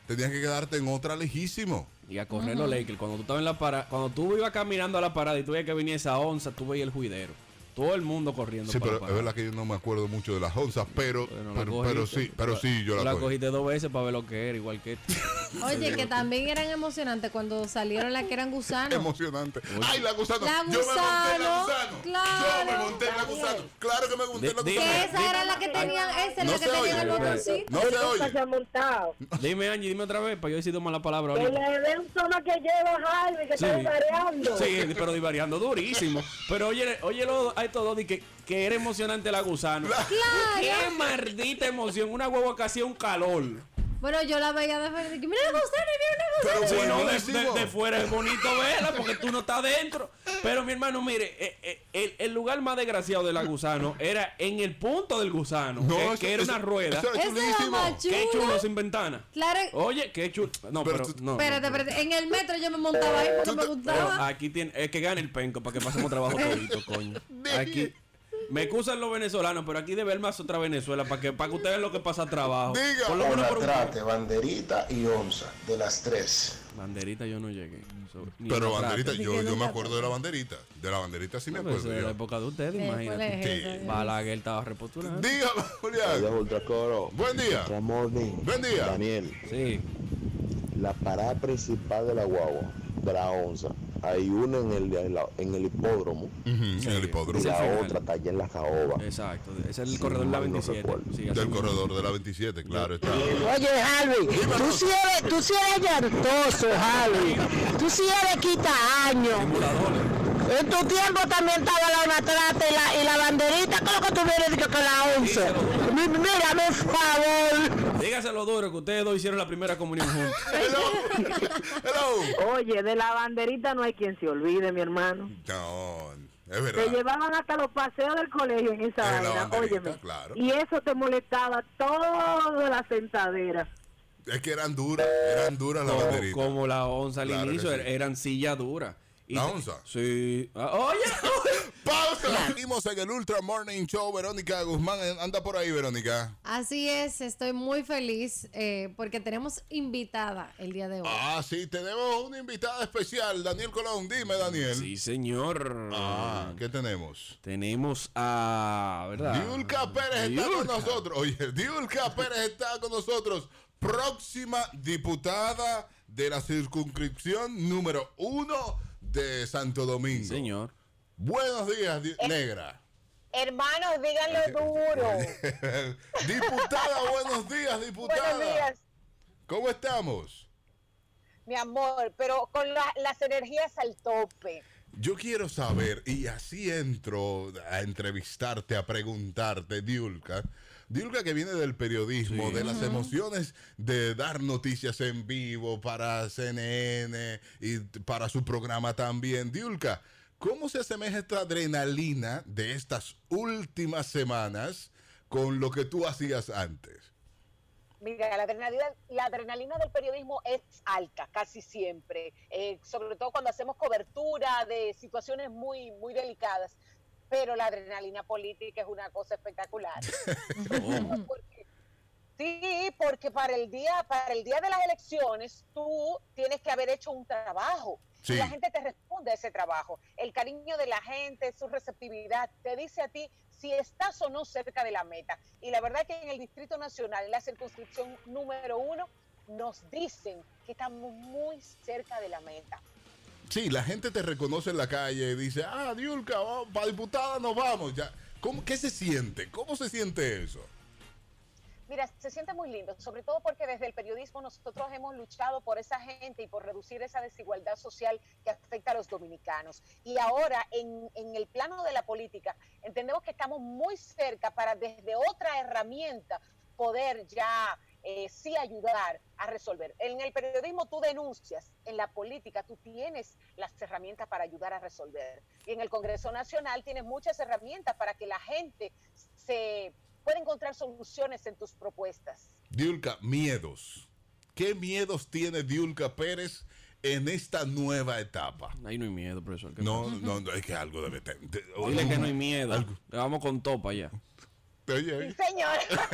A: tenías que quedarte en otra lejísimo.
C: Y a correr los Lakers. Cuando tú estabas en la parada, cuando tú ibas caminando a la parada y tú veías que venía esa onza, tú veías el juidero. Todo el mundo corriendo.
A: Sí,
C: para
A: pero
C: la
A: es
C: parada.
A: verdad que yo no me acuerdo mucho de las onzas, pero,
C: Bueno, la
A: pero,
C: cogiste.
A: pero sí, pero sí, yo
C: Tú
A: la,
C: la
A: cogí.
C: cogiste dos veces para ver lo que era, igual que este.
B: Oye, que también eran emocionantes cuando salieron las que eran gusanos.
A: Emocionante. ¡Ay, la gusano!
B: La
A: Yo me monté en la
B: gusano,
A: gusano. Yo me
B: claro.
A: monté en la gusano. Claro que me monté en la
C: Di-
A: gusano.
B: Que
C: dime.
B: esa era la que tenían, esa era
A: No
B: la que
A: se oye,
B: tenían el
C: pero-
B: botoncito.
A: No se oye.
E: se ha montado.
C: dime, Angie, dime otra vez, para yo decirte mala palabra
E: Que
C: ahorita.
E: le den una que lleva Harvey, que
C: Sí.
E: está mareando.
C: Sí, pero divariando durísimo. Pero oye, oye lo- a estos dos di que, que era emocionante la gusano. ¡Qué maldita emoción! Una huevo que hacía un calor.
B: Bueno, yo la veía de frente. y Mira la gusana, mira la gusana.
A: Pero
C: Si no, de,
A: buenísimo.
C: de- de fuera es bonito verla porque tú no estás dentro. Pero mi hermano, mire, eh, eh, el, el lugar más desgraciado de la gusano era en el punto del gusano,
A: No,
C: que,
A: eso-
C: que era
A: eso-
C: una rueda.
A: eso era
B: Ese era
A: chulísimo.
B: más chulo.
C: Qué chulo sin ventana.
B: Claro.
C: Oye, qué chulo. No,
A: Pero
C: pero,
A: tú-
C: no. no,
B: Espérate,
C: no.
B: espérate. En el metro yo me montaba ahí porque me
C: Pero
B: gustaba.
C: aquí tiene, es que gane el penco para que pasemos trabajo todito, coño. Aquí. Me excusan los venezolanos, pero aquí debe haber más otra Venezuela para que, para que ustedes vean lo que pasa trabajo.
A: Diga.
C: Por lo menos por un-
J: banderita y onza, de las tres.
C: Banderita yo no llegué. So- ni
A: Pero
C: en la
A: banderita,
C: trata.
A: yo,
B: que
A: yo me
B: nunca-
A: acuerdo de la banderita. De la banderita sí me
C: No, pero
A: acuerdo
C: eso es de la
A: yo.
C: época de ustedes,
B: Sí,
C: imagínate.
B: ¿cuál es esa?
C: Balaguer estaba repostulando.
A: Dígame, Julián.
J: Ultracoro.
A: Buen día. Buen día.
J: Daniel,
C: Sí.
J: la parada principal de la guagua, de la onza, hay una en el, en la- en el hipódromo
A: Ujú, En el
J: y
A: hipódromo.
C: Sí.
J: la
C: final.
J: otra está allá en la caoba.
C: Exacto. Ese es el
J: Sí,
C: corredor de la
J: mal no
C: 27.
J: recuerdo.
C: Sí, así
A: Del
C: mismo.
A: corredor de la 27, claro está.
K: Oye, Harvey, tú sí eres, tú sí eres llantoso, Harvey. Tú sí eres quitaaño.
C: Simuladores.
K: En tu tiempo también estaba la matrata y la, y la banderita, con lo que tú vienes que con la once. Mi- Mírame, por favor.
C: Dígaselo duro que ustedes dos hicieron la primera comunión juntos.
A: Hello. Hello.
E: Oye, de la banderita no hay quien se olvide, mi hermano.
A: No, es
E: Te
A: verdad.
E: llevaban hasta los paseos del colegio en esa
A: En la
E: vaina,
A: banderita,
E: óyeme.
A: claro.
E: Y eso te molestaba toda la sentadera.
A: Es que eran duras, eran duras las
C: como,
A: banderitas.
C: como la onza al
A: Claro que
C: inicio
A: sí.
C: er- eran sillas duras. Y
A: ¿La
C: te-
A: onza?
C: Sí. Ah, oye,
A: ¡Pausa! Seguimos en el Ultra Morning Show. Verónica Guzmán eh, anda por ahí, Verónica.
B: Así es, estoy muy feliz eh, porque tenemos invitada el día de hoy.
A: Ah, sí, tenemos una invitada especial, Daniel Colón. Dime, Daniel.
C: Sí, señor.
A: Ah, ¿qué tenemos?
C: Tenemos a. ¿Verdad?
A: Diulca Pérez está con
C: Diulca.
A: nosotros. Oye, Diulca Pérez está con nosotros. Próxima diputada de la circunscripción número uno de Santo Domingo.
C: señor.
A: Buenos días, Di- Negra.
L: Hermanos, díganlo duro.
A: diputada, buenos días, diputada.
L: Buenos días,
A: ¿Cómo estamos?
L: mi amor, pero con la- las energías al tope.
A: Yo quiero saber, y así entro a entrevistarte, a preguntarte, Diulca. Diulca que viene del periodismo, de las emociones de dar noticias en vivo para CNN y t- para su programa también. Diulca, ¿cómo se asemeja esta adrenalina de estas últimas semanas con lo que tú hacías antes?
L: Mira, la adrenalina, la adrenalina del periodismo es alta, casi siempre, eh, sobre todo cuando hacemos cobertura de situaciones muy, muy delicadas. Pero la adrenalina política es una cosa espectacular. Sí, porque para el día, para el día de las elecciones, tú tienes que haber hecho un trabajo.
A: Sí.
L: Y la gente te responde a ese trabajo. El cariño de la gente, su receptividad, te dice a ti si estás o no cerca de la meta. Y la verdad que en el Distrito Nacional, en la circunscripción número uno, nos dicen que estamos muy cerca de la meta.
A: Sí, la gente te reconoce en la calle y dice, ah, Diulca, para diputada nos vamos. Ya. ¿Cómo, ¿Qué se siente? ¿Cómo se siente eso?
L: Mira, se siente muy lindo, sobre todo porque desde el periodismo nosotros hemos luchado por esa gente y por reducir esa desigualdad social que afecta a los dominicanos. Y ahora, en, en el plano de la política, entendemos que estamos muy cerca para desde otra herramienta poder ya eh, sí ayudar a resolver. En el periodismo tú denuncias, en la política tú tienes las herramientas para ayudar a resolver. Y en el Congreso Nacional tienes muchas herramientas para que la gente se pueda encontrar soluciones en tus propuestas.
A: Diulca, miedos. ¿Qué miedos tiene Diulca Pérez en esta nueva etapa?
C: Ahí no hay miedo, profesor. ¿qué
A: No,
C: pasa?
A: no, no, es que algo debe tener.
C: Dile que no hay miedo. Le vamos con topa allá.
A: ¿eh?
L: Sí, señor.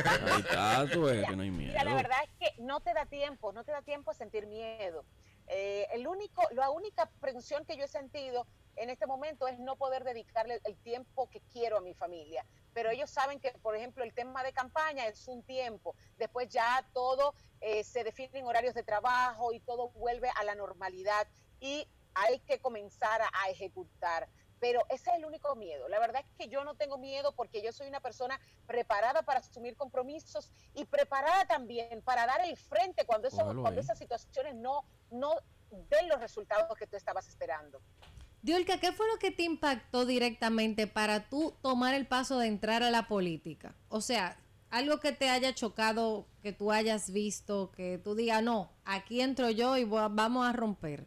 C: Ahí está, tú ves que no hay miedo.
L: Mira, la verdad es que no te da tiempo, no te da tiempo a sentir miedo. Eh, el único, la única presión que yo he sentido en este momento es no poder dedicarle el tiempo que quiero a mi familia. Pero ellos saben que, por ejemplo, el tema de campaña es un tiempo. Después ya todo eh, se define en horarios de trabajo y todo vuelve a la normalidad y hay que comenzar a, a ejecutar. Pero ese es el único miedo. La verdad es que yo no tengo miedo porque yo soy una persona preparada para asumir compromisos y preparada también para dar el frente cuando, eso,
B: Cógelo
L: cuando
B: ahí.
L: esas situaciones no, no den los resultados que tú estabas esperando.
B: Diolka, ¿qué fue lo que te impactó directamente para tú tomar el paso de entrar a la política? O sea, algo que te haya chocado, que tú hayas visto, que tú digas, no, aquí entro yo y voy- vamos a romper.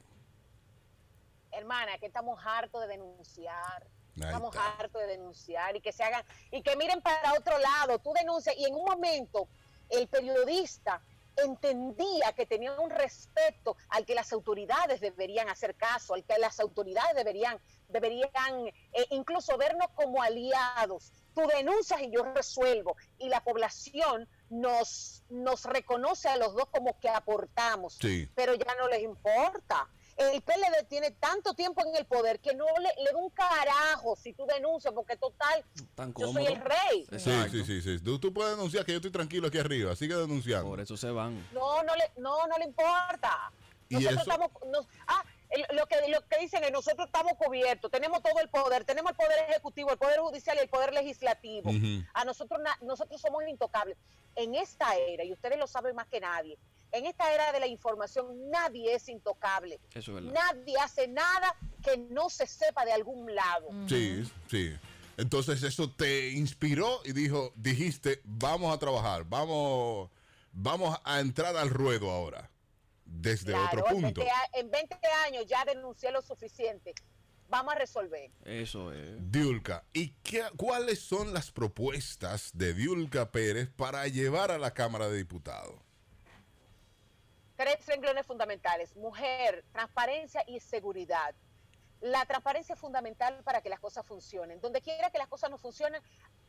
L: hermana, que estamos hartos de denunciar.
B: Ahí
L: Estamos hartos de denunciar y que se hagan y que miren para otro lado. Tú denuncias y en un momento el periodista entendía que tenía un respeto al que las autoridades deberían hacer caso, al que las autoridades deberían deberían eh, incluso vernos como aliados. Tú denuncias y yo resuelvo y la población nos nos reconoce a los dos como que aportamos
A: Sí.
L: pero ya no les importa. El PLD tiene tanto tiempo en el poder que no le, le da un carajo si tú denuncias, porque total,
C: Tan
L: yo
C: cómodo.
L: soy el rey.
A: Sí, sí, sí, sí. Tú, tú puedes denunciar que yo estoy tranquilo aquí arriba. Sigue denunciando. Por
C: eso se van.
L: No, no le, no, no le importa.
A: ¿Y
L: Nosotros
A: eso?
L: estamos, nos- ah, el- lo que, lo que dicen es nosotros estamos cubiertos, tenemos todo el poder, tenemos el poder ejecutivo, el poder judicial y el poder legislativo.
M: Ujú.
L: A nosotros, na- nosotros somos intocables. En esta era, y ustedes lo saben más que nadie, en esta era de la información nadie es intocable.
A: Eso es verdad.
L: Nadie hace nada que no se sepa de algún lado.
A: Sí, sí. Entonces eso te inspiró y dijo, dijiste, vamos a trabajar, vamos, vamos a entrar al ruedo ahora. Desde
L: Claro,
A: otro
L: en
A: punto.
L: 20 a- en 20 años ya denuncié lo suficiente. Vamos a resolver.
C: Eso es.
A: Diulca, ¿y qué, cuáles son las propuestas de Diulca Pérez para llevar a la Cámara de Diputados?
L: tres renglones fundamentales, mujer, transparencia y seguridad. La transparencia es fundamental para que las cosas funcionen. Donde quiera que las cosas no funcionen,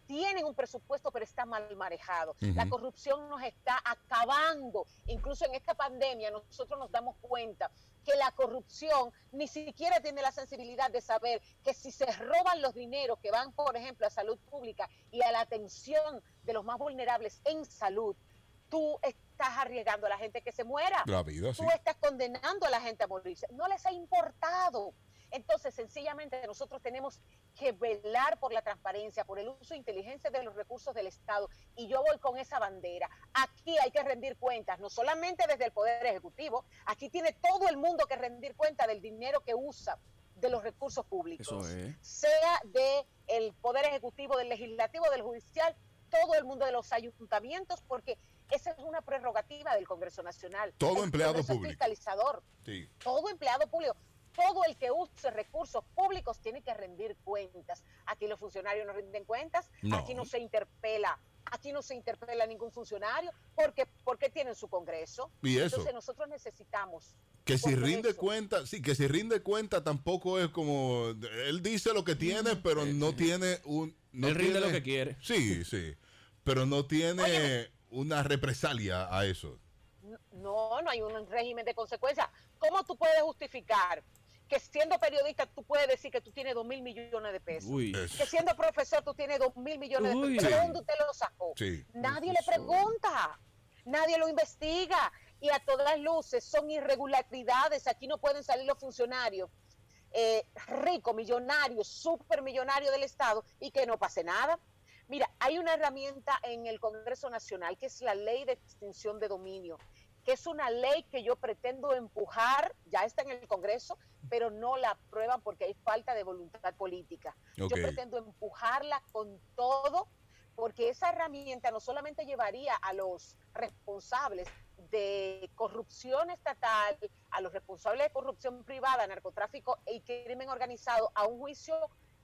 L: tienen un presupuesto, pero está mal manejado.
M: Ujú.
L: La corrupción nos está acabando. Incluso en esta pandemia nosotros nos damos cuenta que la corrupción ni siquiera tiene la sensibilidad de saber que si se roban los dineros que van, por ejemplo, a salud pública y a la atención de los más vulnerables en salud, tú estás arriesgando a la gente que se muera.
A: La vida, sí.
L: Tú estás condenando a la gente a morirse. No les ha importado. Entonces, sencillamente nosotros tenemos que velar por la transparencia, por el uso inteligente de los recursos del Estado. Y yo voy con esa bandera. Aquí hay que rendir cuentas, no solamente desde el Poder Ejecutivo, aquí tiene todo el mundo que rendir cuenta del dinero que usa de los recursos públicos
C: Eso es.
L: sea de el poder ejecutivo, del legislativo, del judicial, todo el mundo de los ayuntamientos, porque esa es una prerrogativa del Congreso Nacional.
A: Todo
L: El
A: empleado
L: Congreso es
A: público.
L: fiscalizador,
A: Sí.
L: todo empleado público, todo el que use recursos públicos tiene que rendir cuentas. Aquí los funcionarios no rinden cuentas,
M: No.
L: aquí no se interpela. Aquí no se interpela a ningún funcionario porque, porque tienen su Congreso.
A: Y eso.
L: Entonces nosotros necesitamos
A: Que si
L: Congreso.
A: rinde cuenta, sí, que si rinde cuenta tampoco es como él dice lo que tiene,
C: Mm,
A: pero no tiene un no
C: eh, Él rinde
A: tiene-
C: lo que quiere.
A: Sí, sí. Pero no tiene una represalia a eso.
L: No, no hay un régimen de consecuencias. ¿Cómo tú puedes justificar que siendo periodista tú puedes decir que tú tienes dos mil millones de pesos?
A: Uy.
L: Que siendo profesor tú tienes dos mil millones
A: Uy.
L: de pesos.
A: Sí.
L: ¿De dónde usted lo sacó?
A: Sí.
L: Nadie le pregunta, nadie lo investiga y a todas luces son irregularidades. Aquí no pueden salir los funcionarios eh, ricos, millonarios, supermillonarios del Estado y que no pase nada. Mira, hay una herramienta en el Congreso Nacional que es la ley de extinción de dominio, que es una ley que yo pretendo empujar, ya está en el Congreso, pero no la aprueban porque hay falta de voluntad política.
M: Ok.
L: Yo pretendo empujarla con todo porque esa herramienta no solamente llevaría a los responsables de corrupción estatal, a los responsables de corrupción privada, narcotráfico y crimen organizado a un juicio,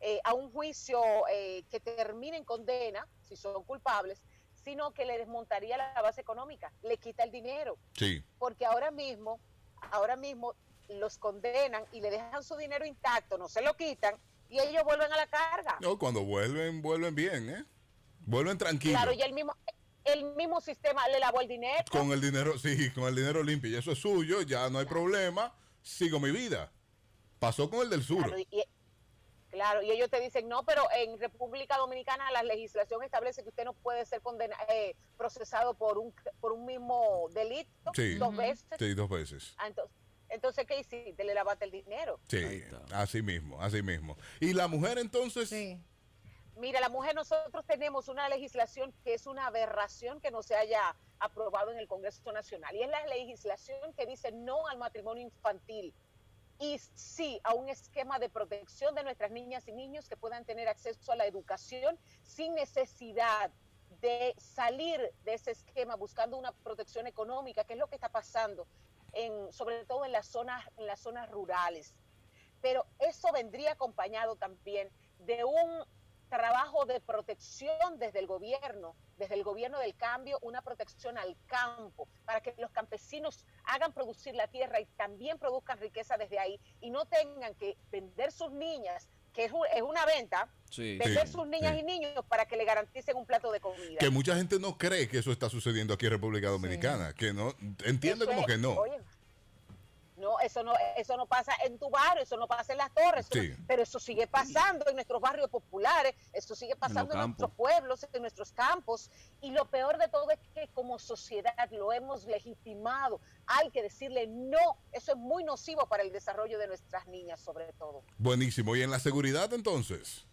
L: eh, a un juicio eh, que termine en condena, si son culpables, sino que le desmontaría la base económica, le quita el dinero
A: Sí.
L: porque ahora mismo, ahora mismo los condenan y le dejan su dinero intacto, no se lo quitan y ellos vuelven a la carga.
A: No, cuando vuelven, vuelven bien, ¿eh? Vuelven tranquilos.
L: Claro, y el mismo, el mismo sistema le lavó el dinero.
A: Con el dinero, sí, con el dinero limpio. Y eso es suyo, ya no hay problema. Sigo mi vida. Pasó con el del sur.
L: Claro, y, claro, y ellos te dicen, no, pero en República Dominicana la legislación establece que usted no puede ser condena, eh, procesado por un, por un mismo delito
A: Sí.
L: dos veces.
A: Sí, dos veces.
L: Ah, Entonces, entonces, ¿qué hiciste? Le lavaste el dinero.
A: Sí, así mismo, así mismo. Y la mujer entonces.
L: Mira, la mujer, nosotros tenemos una legislación que es una aberración que no se haya aprobado en el Congreso Nacional. Y es la legislación que dice no al matrimonio infantil y sí a un esquema de protección de nuestras niñas y niños que puedan tener acceso a la educación sin necesidad de salir de ese esquema buscando una protección económica, que es lo que está pasando, en, sobre todo en las zonas, en las zonas rurales pero eso vendría acompañado también de un trabajo de protección desde el gobierno, desde el gobierno del cambio, una protección al campo, para que los campesinos hagan producir la tierra y también produzcan riqueza desde ahí y no tengan que vender sus niñas, que es, un- es una venta,
A: Sí.
L: vender
A: Sí,
L: sus niñas
A: sí.
L: y niños para que le garanticen un plato de comida.
A: Que mucha gente no cree que eso está sucediendo aquí en República Dominicana. Que no. Entiende
L: Eso
A: como
L: es-
A: que no.
L: oye, no, eso no, eso no pasa en tu barrio, eso no pasa en las torres, eso no-
A: Sí.
L: pero eso sigue pasando en nuestros barrios populares, eso sigue pasando en,
M: campos.
L: nuestros pueblos, en nuestros campos, y lo peor de todo es que como sociedad lo hemos legitimado, hay que decirle no, eso es muy nocivo para el desarrollo de nuestras niñas sobre todo.
A: Buenísimo. ¿Y en la seguridad entonces?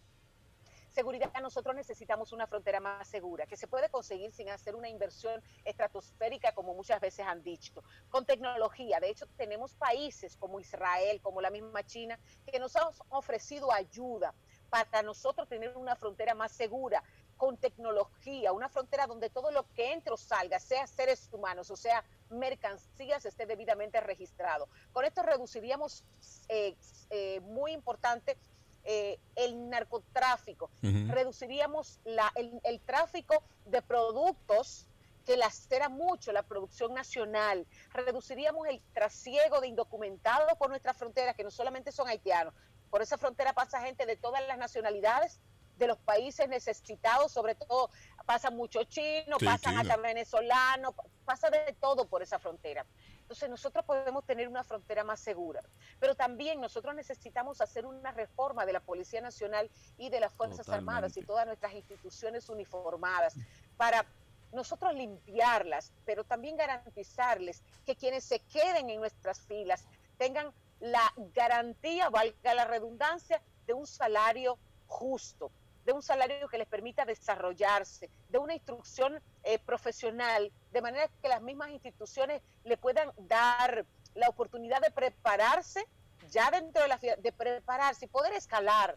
L: seguridad nosotros necesitamos una frontera más segura, que se puede conseguir sin hacer una inversión estratosférica, como muchas veces han dicho, con tecnología. De hecho, tenemos países como Israel, como la misma China, que nos han ofrecido ayuda para nosotros tener una frontera más segura, con tecnología, una frontera donde todo lo que entre o salga, sea seres humanos o sea mercancías, esté debidamente registrado. Con esto reduciríamos eh, eh, muy importante eh, el narcotráfico,
M: Ujú.
L: reduciríamos la- el, el tráfico de productos que lacera mucho la producción nacional, reduciríamos el trasiego de indocumentados por nuestras fronteras, que no solamente son haitianos, Por esa frontera pasa gente de todas las nacionalidades, de los países necesitados, sobre todo pasan muchos chinos,
M: Sí,
L: pasan
M: chino.
L: hasta venezolanos, pa- pasa de todo por esa frontera. Entonces nosotros podemos tener una frontera más segura, pero también nosotros necesitamos hacer una reforma de la Policía Nacional y de las Fuerzas Armadas y
M: Totalmente.
L: todas nuestras instituciones uniformadas para nosotros limpiarlas, pero también garantizarles que quienes se queden en nuestras filas tengan la garantía, valga la redundancia, de un salario justo, de un salario que les permita desarrollarse, de una instrucción eh, profesional, de manera que las mismas instituciones le puedan dar la oportunidad de prepararse ya dentro de la fila, de prepararse y poder escalar.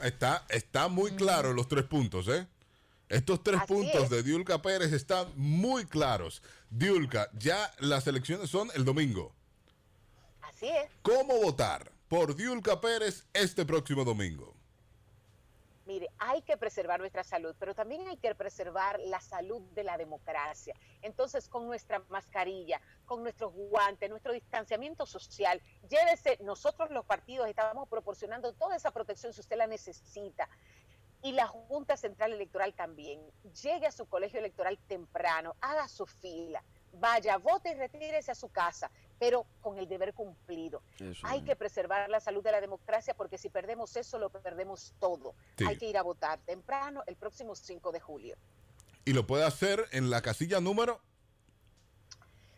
A: Está, está muy claro los tres puntos, ¿eh? Estos tres puntos de Diulca Pérez están muy claros. Diulca, ya las elecciones son el domingo.
L: Así es.
A: ¿Cómo votar por Diulca Pérez este próximo domingo?
L: Mire, hay que preservar nuestra salud, pero también hay que preservar la salud de la democracia. Entonces, con nuestra mascarilla, con nuestros guantes, nuestro distanciamiento social, llévese, nosotros los partidos estamos proporcionando toda esa protección si usted la necesita y la Junta Central Electoral también. Llegue a su colegio electoral temprano, haga su fila, vaya, vote y retírese a su casa, pero con el deber cumplido.
M: Eso
L: Hay
M: mismo.
L: que preservar la salud de la democracia porque si perdemos eso, lo perdemos todo.
A: Sí.
L: Hay que ir a votar temprano el próximo 5 de julio.
A: Y lo puede hacer en la casilla número.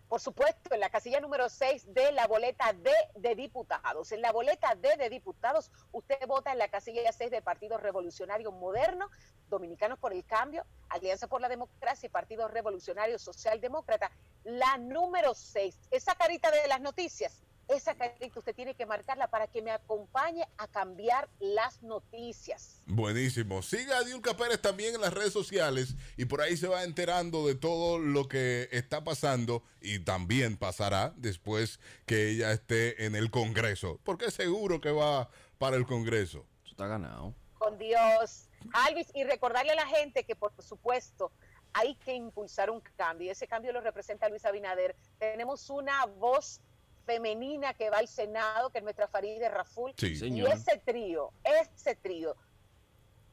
L: Por supuesto, en la casilla número 6 de la boleta D de diputados. En la boleta D de diputados, usted vota en la casilla 6 del Partido Revolucionario Moderno, Dominicanos por el Cambio, Alianza por la Democracia y Partido Revolucionario Socialdemócrata. La número 6, esa carita de las noticias, esa carita usted tiene que marcarla para que me acompañe a cambiar las noticias.
A: Buenísimo. Siga a Diulca Pérez también en las redes sociales y por ahí se va enterando de todo lo que está pasando y también pasará después que ella esté en el Congreso. Porque seguro que va para el Congreso.
C: Está ganado.
L: con Dios. Alvis, y recordarle a la gente que, por supuesto, hay que impulsar un cambio. Y ese cambio lo representa Luis Abinader. Tenemos una voz femenina que va al Senado, que es nuestra Farideh Raful.
M: Sí,
L: y
M: señor.
L: ese trío, ese trío,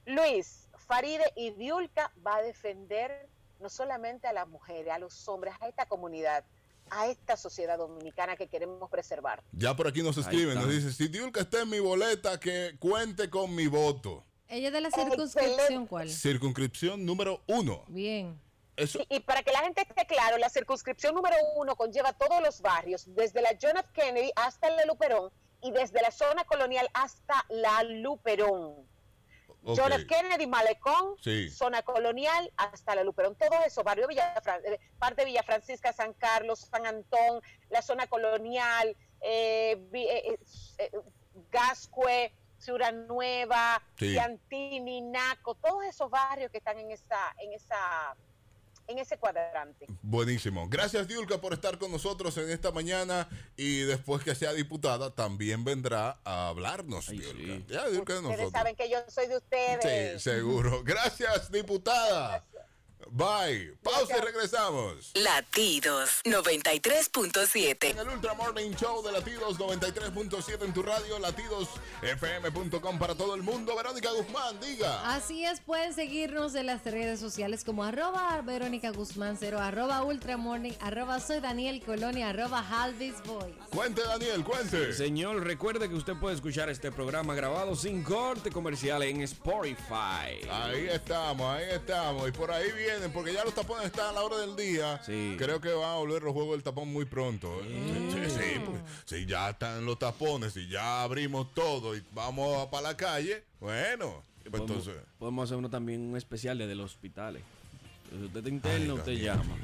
L: Luis, Faride y Diulca va a defender no solamente a las mujeres, a los hombres, a esta comunidad, a esta sociedad dominicana que queremos preservar.
A: Ya por aquí nos escriben, nos dice, si Diulca está en mi boleta, que cuente con mi voto.
B: Ella es de la circunscripción, ¿cuál?
A: Circunscripción número uno.
B: Bien.
A: Eso,
L: Y para que la gente esté claro, la circunscripción número uno conlleva todos los barrios, desde la John F. Kennedy hasta la Luperón y desde la zona colonial hasta la Luperón.
M: Ok.
L: John F. Kennedy, Malecón,
M: Sí.
L: zona colonial hasta la Luperón. Todo eso, barrio Villafran- eh, parte de Villa Francisca, San Carlos, San Antón, la zona colonial, eh, vi- eh, eh, eh, Gascue, Ciudad Nueva,
M: Sí.
L: Piantini, Naco, todos esos barrios que están en esa, en esa, en ese cuadrante.
A: buenísimo. Gracias, Diulca, por estar con nosotros en esta mañana y después que sea diputada, también vendrá a hablarnos, Diulca. Ya, Diulca de
L: Ustedes
A: nosotros.
L: saben que yo soy de ustedes.
A: Sí, seguro. Gracias, diputada. Bye. Pausa y regresamos.
N: Latidos 93.7.
A: En el Ultra Morning Show de Latidos 93.7 en tu radio, latidosfm.com para todo el mundo. Verónica Guzmán, diga.
B: Así es, pueden seguirnos en las redes sociales como arroba Verónica Guzmán Cero, arroba Ultramorning, arroba soy Daniel Colonia, arroba Halvis Boy.
A: Cuente, Daniel, cuente.
C: Señor, recuerde que usted puede escuchar este programa grabado sin corte comercial en Spotify.
A: Ahí estamos, ahí estamos. Y por ahí vienen, porque ya los tapones están a la hora del día. Creo que van a volver los juegos del tapón muy pronto. ¿eh? Sí, sí, porque si ya están los tapones, y ya abrimos todo y vamos para la calle, bueno, pues
C: podemos,
A: entonces.
C: podemos hacer uno también un especial desde los hospitales. Si usted está interno, usted llama.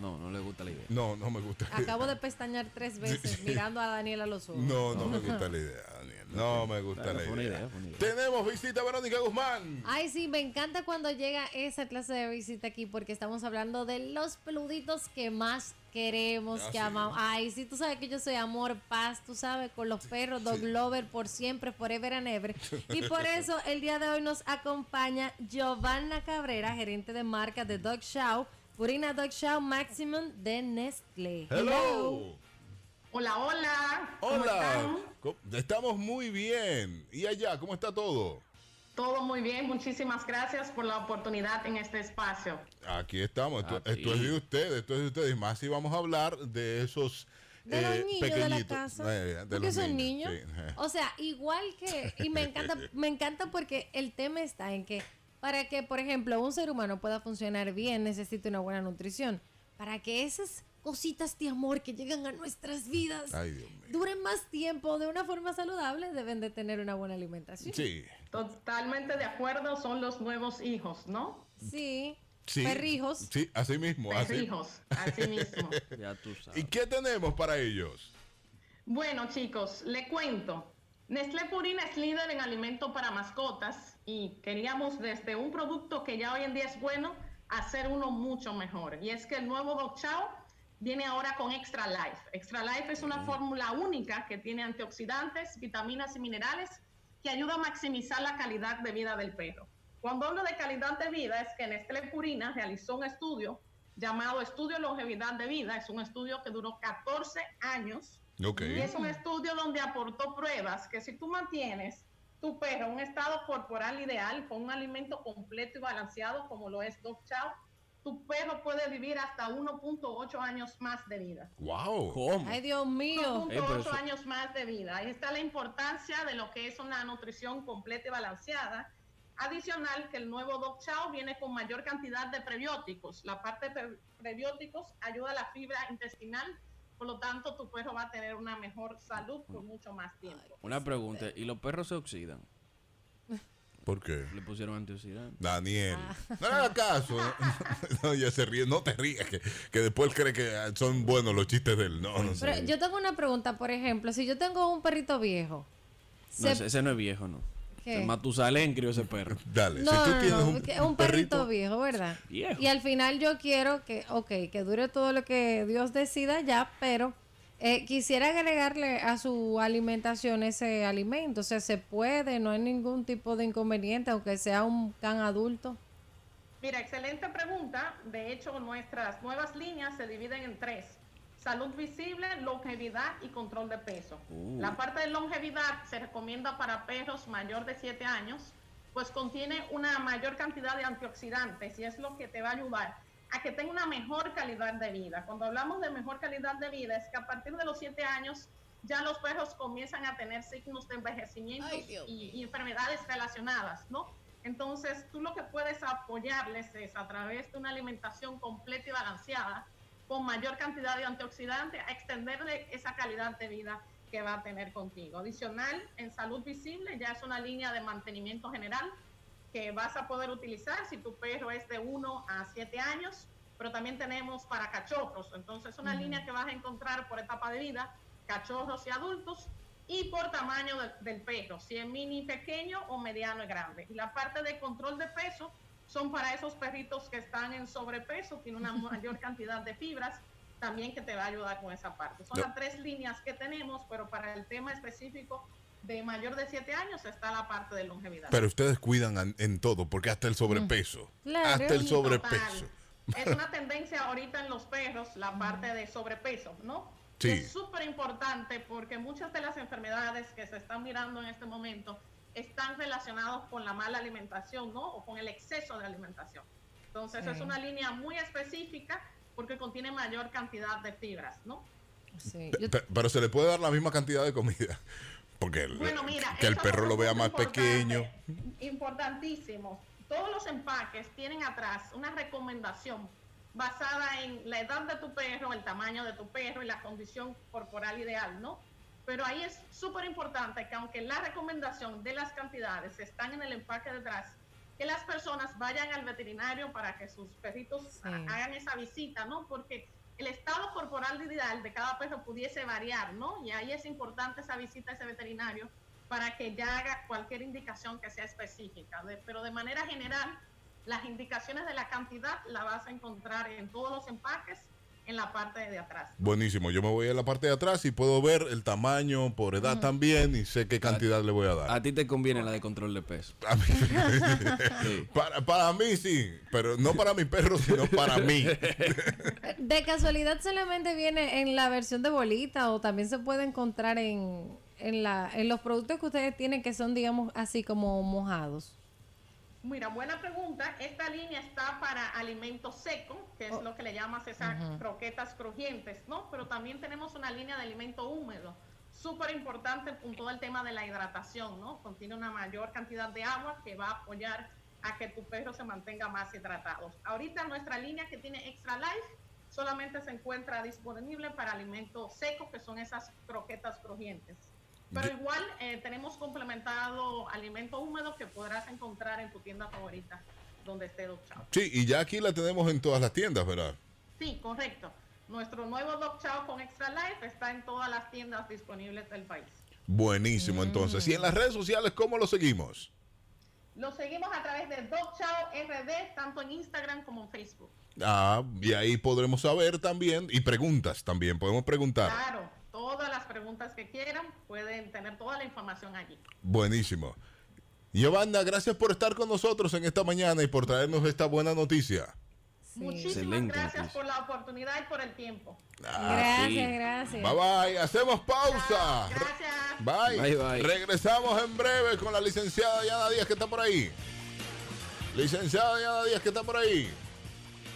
C: No, no le gusta la idea.
A: No, no me gusta.
B: Acabo de pestañear tres veces mirando a Daniel a los ojos.
A: No, no me gusta la idea, Daniel. No me gusta
C: Bueno,
A: la
C: fue una
A: idea.
C: idea, fue una idea.
A: Tenemos visita a Verónica Guzmán.
B: Ay, sí, me encanta cuando llega esa clase de visita aquí porque estamos hablando de los peluditos que más queremos,
M: Ah,
B: que
M: sí.
B: amamos. Ay, sí, tú sabes que yo soy amor, paz, tú sabes, con los perros, Dog Lover por siempre, forever and ever. Y por eso el día de hoy nos acompaña Giovanna Cabrera, gerente de marca de Dog Show, Purina Dog Show Maximum de Nestlé.
A: Hello.
M: Hola, hola. ¿Cómo
A: Hola.
M: están?
A: ¿Cómo- Estamos muy bien. ¿Y allá? ¿Cómo está todo?
M: Todo muy bien. Muchísimas gracias por la oportunidad en este espacio.
A: Aquí estamos. Esto, esto es de ustedes, esto es de ustedes. Y más si vamos a hablar de esos
B: De los
A: eh,
B: niños de la
A: pequeñitos.
B: casa.
A: Eh, de
B: porque
A: los
B: son niños.
A: niños, sí.
B: O sea, igual que. Y me encanta, me encanta porque el tema está en que para que, por ejemplo, un ser humano pueda funcionar bien, necesita una buena nutrición. Para que esas cositas de amor que llegan a nuestras vidas
A: Ay, Dios mío.
B: duren más tiempo de una forma saludable, deben de tener una buena alimentación.
A: Sí.
M: Totalmente Este de acuerdo. Son los nuevos hijos, ¿no?
B: Sí.
A: Sí. Sí, así mismo.
C: Ah,
A: así-
M: Perrijos. Así mismo.
C: Ya tú sabes.
A: ¿Y qué tenemos para ellos?
M: Bueno, chicos, le cuento. Nestlé Purina es líder en alimento para mascotas y queríamos desde un producto que ya hoy en día es bueno hacer uno mucho mejor. Y es que el nuevo Dog Chow viene ahora con Extra Life. Extra Life es una fórmula única que tiene antioxidantes, vitaminas y minerales que ayuda a maximizar la calidad de vida del perro. Cuando hablo de calidad de vida es que Nestlé Purina realizó un estudio llamado Estudio Longevidad de Vida. Es un estudio que duró 14 años
A: Ok.
M: y es un estudio donde aportó pruebas que si tú mantienes tu perro en un estado corporal ideal con un alimento completo y balanceado como lo es Dog Chow, tu perro puede vivir hasta 1.8 años más de vida.
A: ¡Wow!
C: ¿Cómo? Eh,
B: Ay, Dios mío.
M: 1.8 años más de vida. Ahí está la importancia de lo que es una nutrición completa y balanceada. Adicional que el nuevo Dog Chow viene con mayor cantidad de prebióticos. La parte de pre- prebióticos ayuda a la fibra intestinal, por lo tanto tu perro va a tener una mejor salud por mucho más tiempo.
C: Una pregunta, ¿y los perros se oxidan?
A: ¿Por qué?
C: Le pusieron antioxidante.
A: Daniel.
M: Ah.
A: No le hagas caso. No, ya se ríe. No te rías, que, que después cree que ah, son buenos los chistes de él. No, no
B: Pero
A: sé.
B: yo tengo una pregunta, por ejemplo, si yo tengo un perrito viejo.
C: No,
B: se-
C: ese, ese no es viejo, no.
B: ¿Qué?
C: El Matusalén crió ese perro.
A: Dale,
B: No, no, no, que- un, perrito, viejo, ¿verdad?
C: viejo.
B: Y al final yo quiero que, ok, que dure todo lo que Dios decida ya, pero eh, quisiera agregarle a su alimentación ese alimento. O sea, se puede, no hay ningún tipo de inconveniente, aunque sea un can adulto.
M: Mira, excelente pregunta. De hecho, nuestras nuevas líneas se dividen en tres. Salud visible, longevidad y control de peso.
O: Uh.
M: La parte de longevidad se recomienda para perros mayor de 7 años, pues contiene una mayor cantidad de antioxidantes y es lo que te va a ayudar a que tenga una mejor calidad de vida. Cuando hablamos de mejor calidad de vida es que a partir de los 7 años ya los perros comienzan a tener signos de envejecimiento y, y enfermedades relacionadas, ¿no? Entonces, tú lo que puedes apoyarles es a través de una alimentación completa y balanceada, con mayor cantidad de antioxidantes, a extenderle esa calidad de vida que va a tener contigo. Adicional, en salud visible ya es una línea de mantenimiento general que vas a poder utilizar si tu perro es de 1 a 7 años, pero también tenemos para cachorros. Entonces, una
O: Ujú.
M: línea que vas a encontrar por etapa de vida, cachorros y adultos, y por tamaño de- del perro, si es mini, pequeño o mediano y grande. Y la parte de control de peso son para esos perritos que están en sobrepeso, tiene una mayor cantidad de fibras, también que te va a ayudar con esa parte. Son
A: No.
M: las tres líneas que tenemos, pero para el tema específico de mayor de 7 años está la parte de longevidad.
A: Pero ustedes cuidan an- en todo, porque hasta el sobrepeso. Hasta el
M: Sí,
A: sobrepeso.
M: total. Es una tendencia ahorita en los perros, la parte de sobrepeso, ¿no?
A: Sí.
M: Es súper importante porque muchas de las enfermedades que se están mirando en este momento están relacionadas con la mala alimentación, ¿no? O con el exceso de alimentación. Entonces
B: Sí.
M: es una línea muy específica porque contiene mayor cantidad de fibras, ¿no?
A: Pe- pe- Pero se le puede dar la misma cantidad de comida. Porque el-
M: Bueno, mira,
A: que el
M: eso
A: perro
M: es
A: lo
M: un
A: vea
M: punto
A: más pequeño.
M: importantísimo. Todos los empaques tienen atrás una recomendación basada en la edad de tu perro, el tamaño de tu perro y la condición corporal ideal, ¿no? Pero ahí es súper importante que aunque la recomendación de las cantidades están en el empaque detrás, que las personas vayan al veterinario para que sus perritos
B: Sí.
M: hagan esa visita, ¿no? Porque el estado corporal ideal de cada perro pudiese variar, ¿no? Y ahí es importante esa visita a ese veterinario para que ya haga cualquier indicación que sea específica. De- pero de manera general, las indicaciones de la cantidad la vas a encontrar en todos los empaques en la parte de atrás.
A: Buenísimo, yo me voy a la parte de atrás y puedo ver el tamaño por edad también y sé qué cantidad le voy a dar.
C: A ti te conviene la de control de peso.
A: Para, para mí sí, pero no para mi perro, sino para mí.
B: De casualidad solamente viene en la versión de bolita o también se puede encontrar en, en, la, en los productos que ustedes tienen que son, digamos, así como mojados.
M: Mira, buena pregunta. Esta línea está para alimento seco, que es lo que le llamas esas
B: Ujú.
M: croquetas crujientes, ¿no? Pero también tenemos una línea de alimento húmedo. Súper importante con todo el tema de la hidratación, ¿no? Contiene una mayor cantidad de agua que va a apoyar a que tu perro se mantenga más hidratado. Ahorita nuestra línea que tiene Extra Life solamente se encuentra disponible para alimento seco, que son esas croquetas crujientes. Pero igual eh, tenemos complementado alimento húmedo que podrás encontrar en tu tienda favorita donde esté Dog Chow.
A: Sí, y ya aquí la tenemos en todas las tiendas, ¿verdad?
M: Sí, correcto. Nuestro nuevo Dog Chow con Extra Life está en todas las tiendas disponibles del país.
A: Buenísimo,
C: Mm.
A: entonces. ¿Y en las redes sociales cómo lo seguimos?
M: Lo seguimos a través de Dog Chow RD, tanto en Instagram como en Facebook.
A: Ah, y ahí podremos saber también, y preguntas también, podemos preguntar.
M: Claro, todas las preguntas que quieran pueden tener toda la información allí.
A: Buenísimo. Giovanna, gracias por estar con nosotros en esta mañana y por traernos esta buena noticia.
M: Muchísimas
A: Excelente
M: gracias
A: noticia.
M: por la oportunidad y por el tiempo.
A: Ah, sí. Bye bye, hacemos pausa. Bye.
C: Bye, bye.
A: Regresamos en breve con la licenciada Diana Díaz que está por ahí. Licenciada Diana Díaz que está por ahí.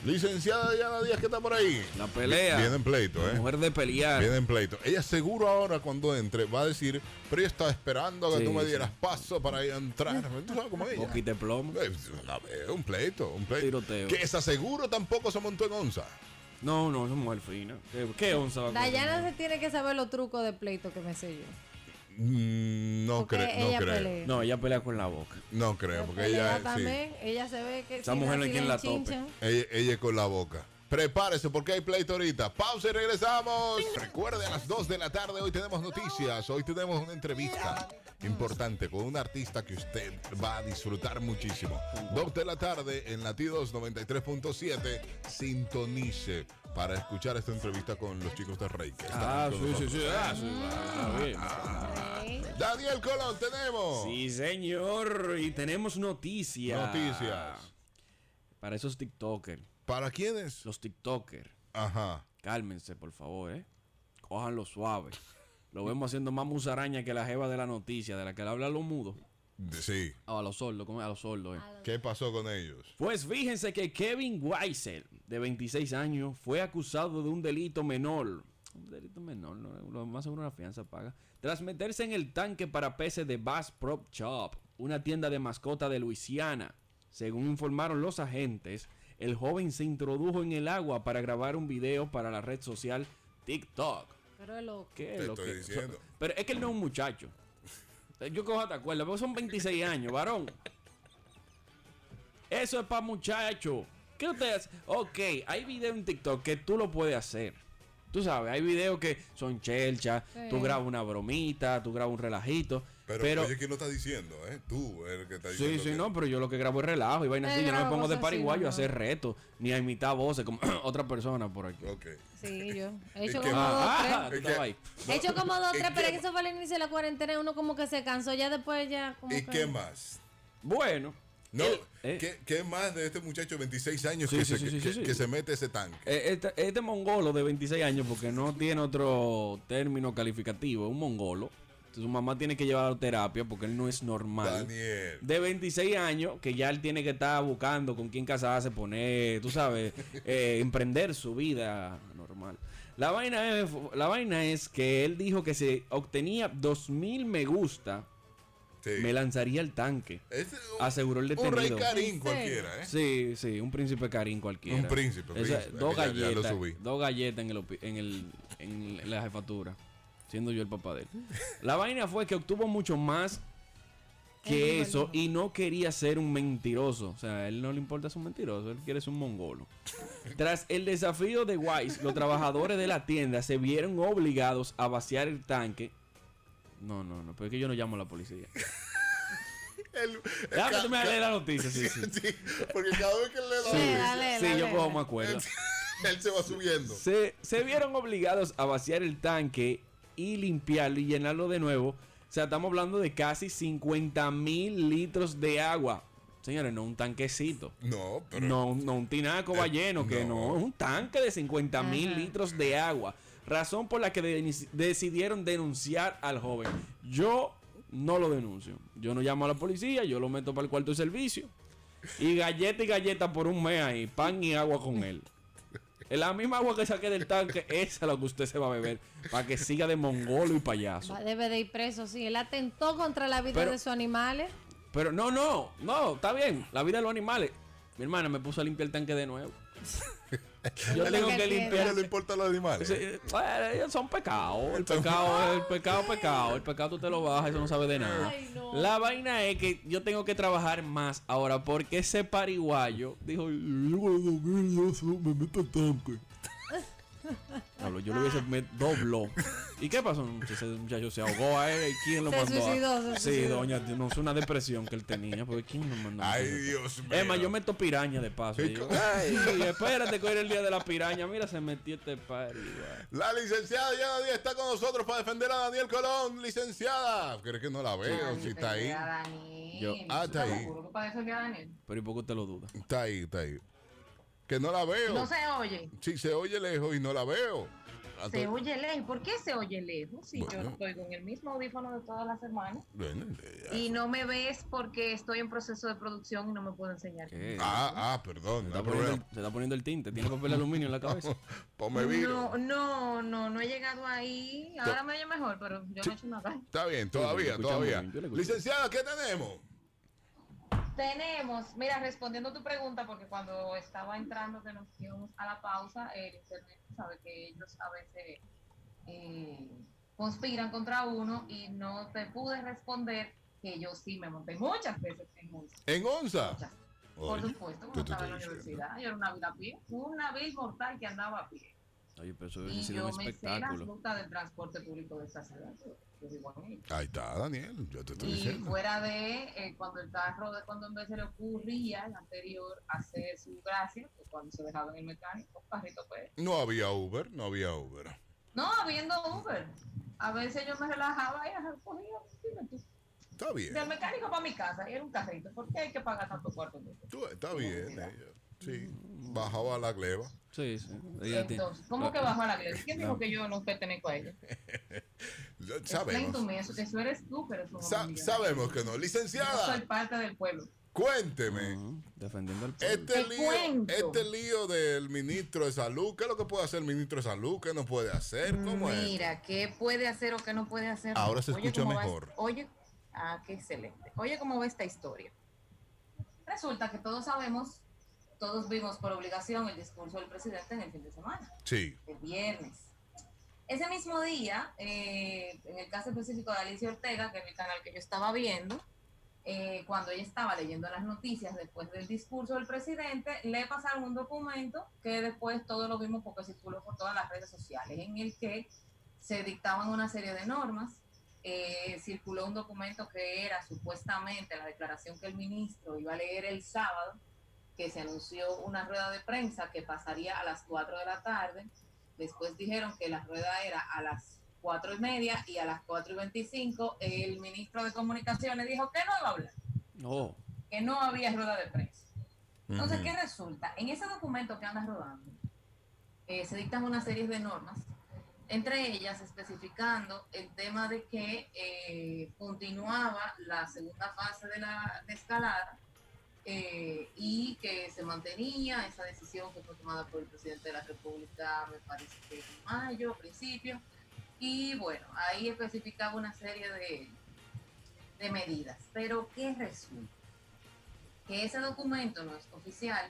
A: Licenciada Diana Díaz que está por ahí.
C: La pelea.
A: Viene en pleito, ¿eh?
C: Mujer de pelear.
A: Viene en pleito. Ella seguro ahora cuando entre va a decir, pero yo estaba esperando a que
C: Sí,
A: tú me
C: sí.
A: dieras paso para ir a entrar. ¿Tú sabes cómo es ella?
C: Boquita de plomo.
A: Eh, una vez, Un pleito, un pleito. Que esa seguro tampoco se montó en onza.
C: No, no, es mujer fina. ¿Qué, qué onza va a comer?
B: Dayana se tiene que saber los trucos de pleito que me sé yo.
A: Mm, No,
B: Porque
A: creo, no
B: ella
A: creo.
B: pelea.
C: No, ella pelea con la boca.
A: No creo, porque
B: Ella
A: ella, sí.
B: también, ella se ve que
A: Esa mujer no hay
B: si
A: quien la tope.
B: enchinchan.
A: ella, ella es con la boca. Prepárese porque hay pleito ahorita. Pausa y regresamos. Recuerde, a las 2 de la tarde hoy tenemos noticias. Hoy tenemos una entrevista importante con un artista que usted va a disfrutar muchísimo. 2 de la tarde en Latidos 93.7. Sintonice para escuchar esta entrevista con los chicos de Rey. que están
C: Ah,
A: con
C: sí, sí,
A: nosotros.
C: sí. Ah, sí. Ah, bien.
A: Daniel Colón, tenemos.
C: Sí, señor. Y tenemos noticias.
A: Noticias.
C: Para esos TikTokers.
A: ¿Para quiénes?
C: Los TikTokers.
A: Ajá.
C: Cálmense, por favor, ¿eh? Cójanlo suave. Lo vemos haciendo más musaraña que la jeva de la noticia, de la que le habla a los mudos.
A: Sí.
C: a los sordos, ¿cómo es? A los sordos, ¿eh?
A: ¿Qué pasó con ellos?
C: Pues fíjense que Kevin Weisel, de 26 años, fue acusado de un delito menor. Un delito menor, ¿no? lo más seguro una fianza paga. Tras meterse en el tanque para peces de Bass Prop Shop, una tienda de mascota de Luisiana. Según informaron los agentes, el joven se introdujo en el agua para grabar un video para la red social TikTok.
B: Pero es loco.
C: ¿Qué es lo que- Pero es que él no es un muchacho. Yo cojo hasta cuerda, porque son 26 años, varón. Eso es para muchachos. ¿Qué ustedes? Ok, hay videos en TikTok que tú lo puedes hacer. Tú sabes, hay videos que son chelcha,
A: Sí.
C: tú grabas una bromita, tú grabas un relajito. Pero,
A: Pero, oye, ¿quién lo está diciendo? ¿eh? Tú eres el que está
C: sí,
A: diciendo.
C: sí,
A: que-
C: no, pero yo lo que grabo es relajo y vaina
B: Él
C: así. Yo no me
B: graba
C: pongo de
B: cosas así,
C: pariguayo a
B: normal.
C: hacer retos, ni a imitar voces como otra persona por aquí.
A: Ok.
B: Sí, yo. He hecho
C: Es
B: como
C: que-
B: dos,
C: Ah,
B: tres.
C: ah, tú estabas ahí.
B: He hecho como dos, tres, pero es que eso fue al inicio de la cuarentena. y Uno como que se cansó ya después, ya. Como
A: ¿Y
B: que-
A: qué más?
C: Bueno. eh,
A: No, ¿qué, qué más de este muchacho de 26 años
C: Sí,
A: que,
C: sí, sí,
A: se,
C: sí,
A: que-
C: sí.
A: que se mete ese tanque?
C: Eh, Este, este mongolo de 26 años, porque no tiene otro término calificativo, es un mongolo. Su mamá tiene que llevarlo a terapia porque él no es normal.
A: Daniel.
C: De 26 años, que ya él tiene que estar buscando con quién casarse, poner, tú sabes, eh, emprender su vida normal. La vaina, es, la vaina es que él dijo que si obtenía 2000 me gusta, me lanzaría el tanque. aseguró el
A: Un rey
C: detenido.
A: Karim cualquiera, ¿eh?
C: Sí, sí,
F: Um
C: un príncipe Karim cualquiera.
A: Un príncipe,
C: Esa-
A: príncipe.
C: Dos
A: Ya- ya lo
C: galletas.
A: subí.
C: Dos galletas en, el, opi- en, el- en la jefatura, siendo yo el papá de él. La vaina fue que obtuvo mucho más que
A: Él
C: eso y no quería ser un mentiroso. O sea, a él no le importa ser un mentiroso, él quiere ser un mongolo. Tras el desafío de Wise, los trabajadores de la tienda se vieron obligados a vaciar el tanque. No, no, no, pero es que yo no llamo a la policía.
A: El-
C: Déjame
A: ¿eh? ca-
C: que tú me
A: ca-
C: lees la noticia, sí, sí.
A: Sí, porque cada vez que él le da
C: Sí,
A: noticia-
C: sí, yo cojo más cuerda.
A: Él se va subiendo.
C: Se, se vieron obligados a vaciar el tanque y limpiarlo y llenarlo de nuevo. O sea, estamos hablando de casi 50 mil litros de agua. Señores, no un tanquecito.
A: No, Eh,
C: pero. No, no un tinaco va lleno, que no. Es un tanque de 50 mil litros de agua. Razón por la que de- decidieron denunciar al joven. Yo no lo denuncio. Yo no llamo a la policía, yo lo meto para el cuarto de servicio. Y galleta y galleta por un mes ahí. Pan y agua con él. La misma agua que saqué del tanque, esa es la que usted se va a beber. Para que siga de mongolo y payaso.
B: Va- Debe de ir preso, sí. Él atentó contra la vida
C: Pero-
B: de sus animales.
C: Pero no, no, no, está bien. La vida de los animales. Mi hermana me puso a limpiar el tanque de nuevo. Yo
A: Él
C: tengo
A: le-
C: que limpiar. eh,
A: No le importa a los animales.
C: Sí, bueno, ellos son pecados. El pecado, el pecado, pecado. El pecado tú te lo bajas, eso no sabe de nada. La vaina es que yo tengo que trabajar más ahora porque ese pariguayo dijo: Me meto al tanque. Diablo, Yo lo hubiese me dobló. ¿Y qué pasó? Ese muchacho se ahogó a él. ¿Y ¿Quién lo
B: Se
C: mandó? a-
B: suicidó, se
C: sí,
B: suicidó.
C: doña, no es una depresión que él tenía. Porque ¿quién lo mandó? a
A: Ay,
C: hacer eso?
A: Dios
C: Es más,
A: mío.
C: yo meto piraña de paso.
A: Sí,
C: Yo,
A: co-
C: Ay, espérate que hoy era el día de la piraña. Mira, se metió este pariguayo.
A: La licenciada Diana Díaz está con nosotros para defender a Daniel Colón. Licenciada. ¿Crees que no la veo? si está ahí.
C: Yo-
A: Ah, está ahí.
C: Pero ¿y por qué usted lo duda?
A: Está ahí, está ahí. Que no la veo.
O: No se oye.
A: Sí, se oye lejos y no la veo. Ah,
O: Se
A: Entonces-
O: oye lejos. ¿Por qué se oye lejos? Si yo
A: Bueno.
O: estoy con el mismo audífono de todas las semanas.
A: Bueno, eh,
O: Y no me ves porque estoy en proceso de producción y no me puedo enseñar.
A: Ah, ah, perdón.
C: Se está, poniendo el, se está poniendo el tinte. Tiene papel de aluminio en la cabeza.
A: Ponme
O: No, no, no, no he llegado ahí. Ahora me oye mejor, pero yo no he hecho nada.
A: Está bien,
C: Yo
A: todavía,
C: la escuché
A: todavía.
C: muy bien, yo la escuché.
A: Licenciada, ¿qué tenemos?
O: Tenemos, mira, respondiendo a tu pregunta, porque cuando estaba entrando que nos íbamos a la pausa, el internet sabe que ellos a veces eh, conspiran contra uno y no te pude responder que yo sí me monté muchas veces en un
A: En Onza.
O: Por
A: Oye,
O: supuesto,
A: yo
O: cuando
A: te
O: estaba en la
A: estoy diciendo.
O: universidad, yo era una vil a pie, una vil mortal que andaba a pie.
C: Oye, pero eso
O: Y
C: debe ser un
O: yo me sé las
C: espectáculo.
O: rutas del transporte público de esa ciudad. yo- yo vivo en ella.
A: Ahí está, Daniel. Yo te estoy
O: Y
A: diciendo.
O: fuera de eh, cuando el carro, de cuando en vez se le ocurría el anterior hacer su gracia, pues cuando se dejaba en el mecánico, carrito pues.
A: No había Uber, no había Uber.
O: No, habiendo Uber. A veces yo me relajaba y ajá, cogía dime tú,
A: Está bien.
O: del mecánico para mi casa y era un carrito. ¿Por qué hay que pagar tanto cuarto? en eso?
A: Tú- pues, está bien. ella. Sí. Bajaba la gleba.
C: Sí, sí.
O: Entonces, ¿cómo que bajó a la iglesia? ¿Quién dijo que yo no pertenezco a ella? Explain to
A: Sabemos.
O: me, eso, eso eres tú, pero eso no
A: Sa-
O: es mío.
A: sabemos que no.
O: Yo soy
A: Licenciada,
O: parte del pueblo.
A: cuénteme.
C: Defendiendo al
A: Este
O: Te
A: lío,
O: cuento.
A: este lío del ministro de salud, ¿qué es lo que puede hacer el ministro de salud? ¿Qué no puede hacer? ¿Cómo es?
O: Mira, ¿qué puede hacer o qué no puede hacer?
A: Ahora se escucha
O: cómo va-
A: mejor.
O: oye, ah, qué excelente. Oye, ¿cómo va esta historia? Resulta que todos sabemos, todos vimos por obligación el discurso del presidente en el fin de semana,
A: Sí.
O: el viernes. Ese mismo día, eh, en el caso específico de Alicia Ortega, que es el canal que yo estaba viendo, eh, cuando ella estaba leyendo las noticias después del discurso del presidente, le pasaron un documento que después todos lo vimos porque circuló por todas las redes sociales, en el que se dictaban una serie de normas. eh, circuló un documento que era supuestamente la declaración que el ministro iba a leer el sábado, que se anunció una rueda de prensa que pasaría a las 4 de la tarde. Después dijeron que la rueda era a las 4 y media y a las 4 y 25 el ministro de Comunicaciones dijo que no iba a hablar,
C: No.
O: que no había rueda de prensa. Entonces,
C: Ujú.
O: ¿qué resulta? En ese documento que anda rodando, eh, se dictan una serie de normas, entre ellas especificando el tema de que eh, continuaba la segunda fase de la de escalada eh, y que se mantenía esa decisión que fue tomada por el presidente de la República, me parece que en mayo, a principio, y bueno, ahí especificaba una serie de, de medidas. Pero ¿qué resulta? Que ese documento no es oficial,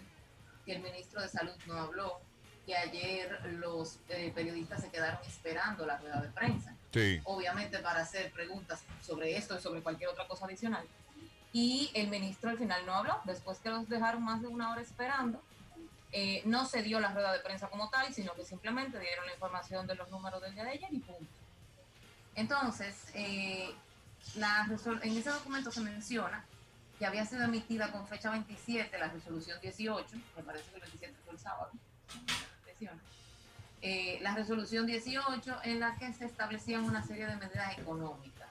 O: que el ministro de Salud no habló, que ayer los eh, periodistas se quedaron esperando la rueda de prensa
A: Sí.
O: obviamente para hacer preguntas sobre esto y sobre cualquier otra cosa adicional. Y el ministro al final no habló, después que los dejaron más de una hora esperando, eh, no se dio la rueda de prensa como tal, sino que simplemente dieron la información de los números del día de ayer y punto. Entonces, eh, la resol- en ese documento se menciona que había sido emitida con fecha 27 la resolución 18, me parece que el 27 fue el sábado, elecciones, eh, la resolución 18 en la que se establecían una serie de medidas económicas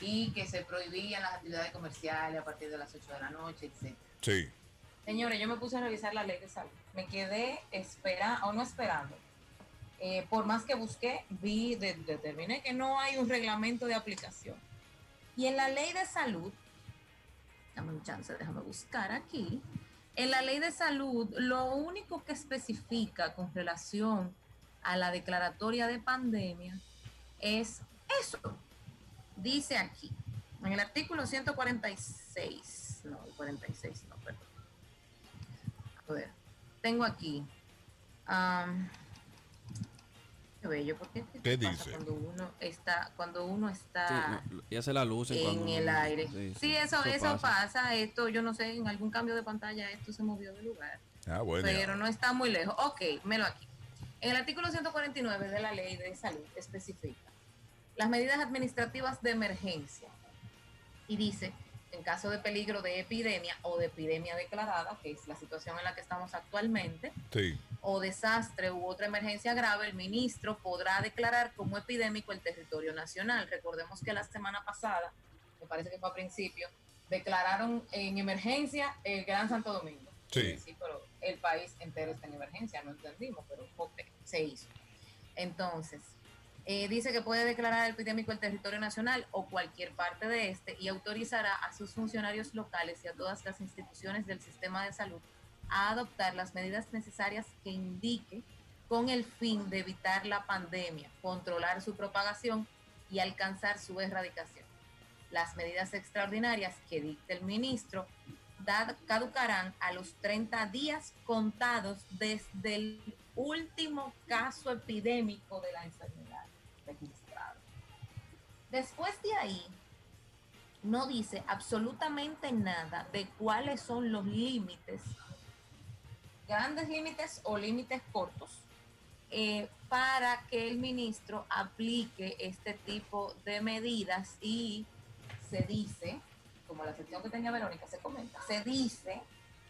O: y que se prohibían las actividades comerciales a partir de las 8 de la noche, etc.
A: Sí.
O: Señores, yo me puse a revisar la ley de salud. Me quedé esperando, o no esperando. Eh, por más que busqué, vi, de- determiné que no hay un reglamento de aplicación. Y en la ley de salud, dame un chance, déjame buscar aquí. En la ley de salud, lo único que especifica con relación a la declaratoria de pandemia es eso. Dice aquí, en el artículo 146, no, el 46, no, perdón. A ver, tengo aquí. am, qué bello, porque es que
C: ¿Qué
O: pasa
C: dice?
O: Cuando uno está, cuando uno está
C: Sí, no, y hace la luz
O: en
C: cuando-
O: el aire. Sí,
C: Sí,
O: eso, eso, pasa. Esto, yo no sé, en algún cambio de pantalla esto se movió de lugar.
A: Ah, bueno.
O: Pero no está muy lejos. Ok, melo aquí. En el artículo 149 de la ley de salud especifica las medidas administrativas de emergencia y dice, en caso de peligro de epidemia o de epidemia declarada, que es la situación en la que estamos actualmente,
A: Sí.
O: o desastre u otra emergencia grave, el ministro podrá declarar como epidémico el territorio nacional. Recordemos que la semana pasada, me parece que fue a principio, declararon en emergencia el Gran Santo Domingo.
A: Sí.
O: pero el país entero está en emergencia, no entendimos, pero ok, se hizo. Entonces, eh, dice que puede declarar epidémico el territorio nacional o cualquier parte de este y autorizará a sus funcionarios locales y a todas las instituciones del sistema de salud a adoptar las medidas necesarias que indique con el fin de evitar la pandemia, controlar su propagación y alcanzar su erradicación. Las medidas extraordinarias que dicte el ministro dad- caducarán a los 30 días contados desde el último caso epidémico de la enfermedad registrada. Después de ahí, no dice absolutamente nada de cuáles son los límites, grandes límites o límites cortos, eh, para que el ministro aplique este tipo de medidas y se dice, como la sección que tenía Verónica se comenta, se dice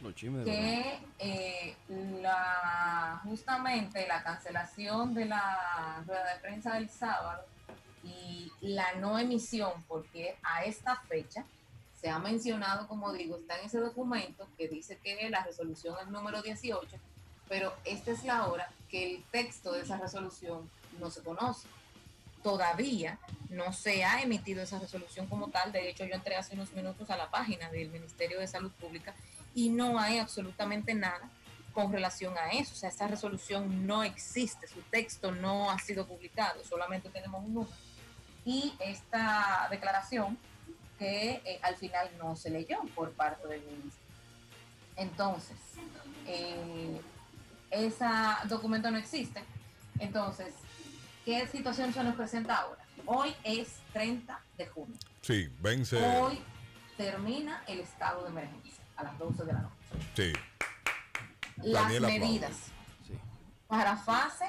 C: Los chimes de verdad.
O: que eh, la, justamente la cancelación de la rueda de prensa del sábado y la no emisión, porque a esta fecha se ha mencionado, como digo, está en ese documento que dice que la resolución es número 18, pero esta es la hora que el texto de esa resolución no se conoce. Todavía no se ha emitido esa resolución como tal. De hecho, yo entré hace unos minutos a la página del Ministerio de Salud Pública y no hay absolutamente nada con relación a eso. O sea, esa resolución no existe, su texto no ha sido publicado, solamente tenemos un número. Y esta declaración que eh, al final no se leyó por parte del ministro. Entonces, eh, ese documento no existe. Entonces, ¿qué situación se nos presenta ahora? Hoy es 30 de junio.
A: Sí, vence.
O: Hoy termina el estado de emergencia a las 12 de la noche
A: Sí.
O: las
A: Daniela Bravo.
O: medidas para fase,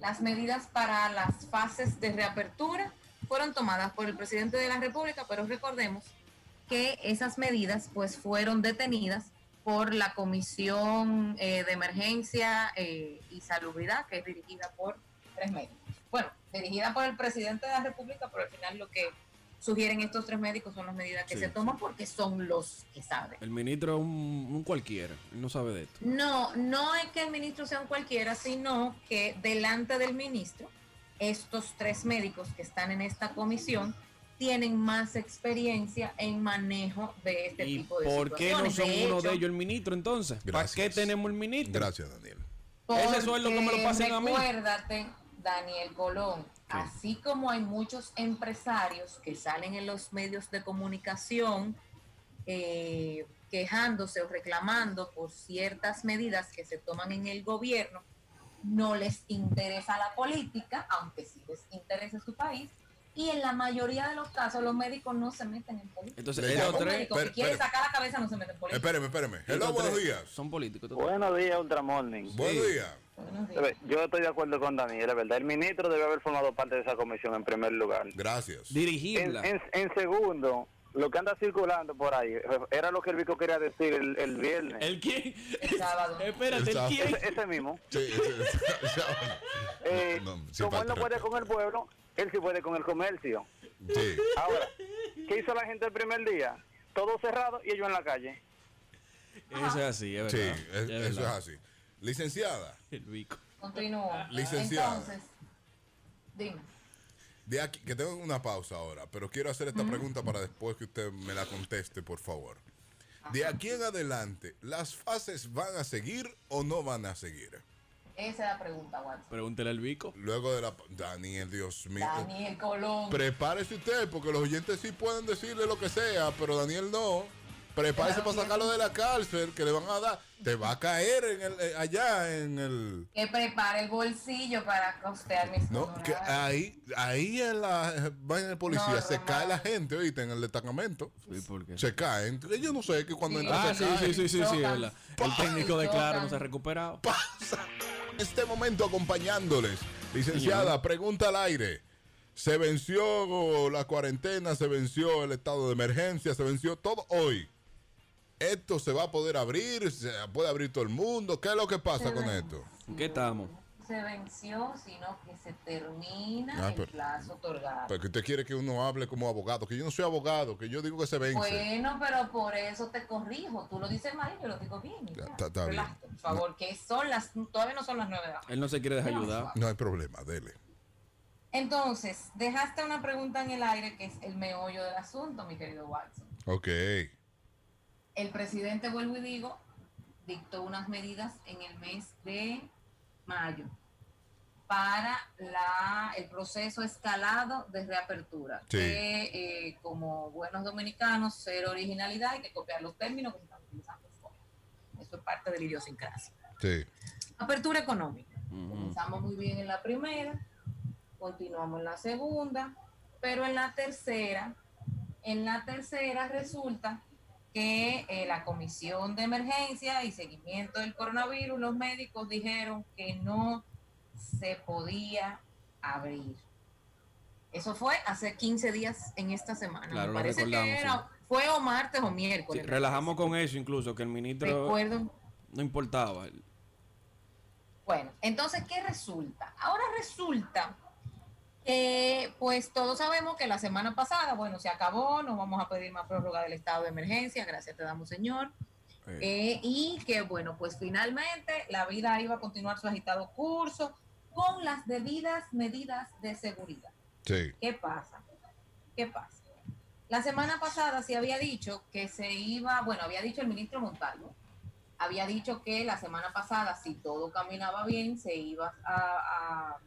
O: las medidas para las fases de reapertura fueron tomadas por el presidente de la República, pero recordemos que esas medidas pues fueron detenidas por la Comisión eh, de Emergencia eh, y Salubridad, que es dirigida por tres médicos. Bueno, dirigida por el presidente de la República, pero al final lo que sugieren estos tres médicos son las medidas que
C: Sí,
O: se toman porque son los que saben.
C: El ministro es un, un cualquiera, él no sabe de esto.
O: No, no es que el ministro sea un cualquiera, sino que delante del ministro, estos tres médicos que están en esta comisión tienen más experiencia en manejo de este
C: ¿Y
O: tipo de
C: por qué no
O: situaciones.
C: son uno
O: hecho,
C: de ellos el ministro entonces? ¿Para qué tenemos el ministro?
A: Gracias, Daniel.
C: Ese sueldo que me lo
O: porque
C: pasen a mí.
O: Recuérdate, Daniel Colón, así como hay muchos empresarios que salen en los medios de comunicación eh, quejándose o reclamando por ciertas medidas que se toman en el gobierno, no les interesa la política, aunque sí les interesa su país. Y en la mayoría de los casos los médicos no se meten en política.
C: Entonces,
O: Los
C: ellos tres-
O: médicos,
C: pero-
O: si quieren
C: pero-
O: sacar la cabeza, no se meten en política.
A: Espéreme, espéreme. Hello,
C: Estos
A: buenos
C: tres
A: días.
C: Son políticos. estos
G: Buenos días, Ultramorning.
A: Buenos días.
G: Yo estoy de acuerdo con Daniel, es verdad. El ministro debe haber formado parte de esa comisión en primer lugar.
A: Gracias.
G: En, en- en segundo, Lo que anda circulando por ahí era lo que el Vico quería decir el, el viernes.
C: ¿El quién?
O: El sábado.
C: Espérate, ¿el quién?
G: Ese, ese mismo.
A: Sí,
G: Eh,
A: No, sin
G: como él no
A: falta de
G: puede con el pueblo, él sí puede con el comercio.
A: Sí.
G: Ahora, ¿qué hizo la gente el primer día? Todo cerrado y ellos en la calle.
C: Eso es así, es
A: Sí,
C: verdad.
A: es-
C: Es
A: eso es
C: verdad.
A: así. Licenciada,
C: El bico.
O: Continúa.
A: Licenciada.
O: Entonces, dime.
A: de aquí, que tengo una pausa ahora, pero quiero hacer esta pregunta para después que usted me la conteste, por favor. De aquí en adelante, ¿las fases van a seguir o no van a seguir?
O: Esa es la pregunta, Watson.
C: Pregúntele al bico.
A: Luego de la... Daniel, Dios mío.
O: Daniel Colón.
A: Prepárese usted, porque los oyentes sí pueden decirle lo que sea, pero Daniel no. Prepárese para sacarlo de la cárcel, que le van a dar. Te va a caer en el, eh, allá en el.
O: que prepare el bolsillo para costear mis
A: No, que ahí, ahí en la vaina de policía
O: No,
A: se cae la gente, oíste, en el destacamento. Se caen. Ellos no sé que cuando
C: Sí.
A: entran
C: Ah,
A: se
C: sí,
A: caen.
C: sí, sí, sí, sí, es verdad. El técnico de Claro no se ha recuperado.
A: En este momento acompañándoles. Licenciada, pregunta al aire. ¿Se venció la cuarentena? ¿Se venció el estado de emergencia? ¿Se venció todo hoy? ¿Esto se va a poder abrir? ¿Se puede abrir todo el mundo? ¿Qué es lo que pasa con esto?
C: qué estamos?
O: Se venció, sino que se termina
A: Ah,
O: el
A: pero- pues,
O: plazo otorgado.
A: Porque usted quiere que uno hable como abogado, que yo no soy abogado, que yo digo que se vence.
O: Bueno, pero por eso te corrijo. Tú lo dices mal y yo lo digo bien. y ya.
A: Está- está bien.
O: Relájate, Por favor, que son las. Todavía no son las nueve de la mañana.
C: Él no se quiere dejar ayudar.
A: No hay problema, dele.
O: Entonces, dejaste una pregunta en el aire que es el meollo del asunto, mi querido Watson.
A: Ok.
O: El presidente, vuelvo y digo, dictó unas medidas en el mes de mayo para la, el proceso escalado de reapertura.
K: Sí.
O: Que, eh, como buenos dominicanos, ser originalidad hay que copiar los términos que se están utilizando fuera. Eso es parte de la idiosincrasia.
A: Sí.
O: Apertura económica. Comenzamos muy bien en la primera, continuamos en la segunda, pero en la tercera, en la tercera resulta que eh, la Comisión de Emergencia y Seguimiento del Coronavirus, los médicos dijeron que no se podía abrir. Eso fue hace 15 días en esta semana.
C: Claro,
O: Me
C: lo
O: parece que
C: recordamos,
O: era,
C: sí.
O: fue o martes o
C: Sí,
O: miércoles.
C: relajamos con eso incluso, que el ministro
O: Recuerdo.
C: no importaba.
O: Bueno, entonces, ¿qué resulta? Ahora resulta que, pues todos sabemos que la semana pasada, bueno, se acabó, nos vamos a pedir más prórroga del estado de emergencia, gracias te damos, Señor. Eh, y que, bueno, pues finalmente la vida iba a continuar su agitado curso con las debidas medidas de seguridad.
A: Sí.
O: ¿Qué pasa? ¿Qué pasa? La semana pasada se había dicho que se iba, bueno, había dicho el ministro Montalvo, había dicho que la semana pasada, si todo caminaba bien, se iba a, a-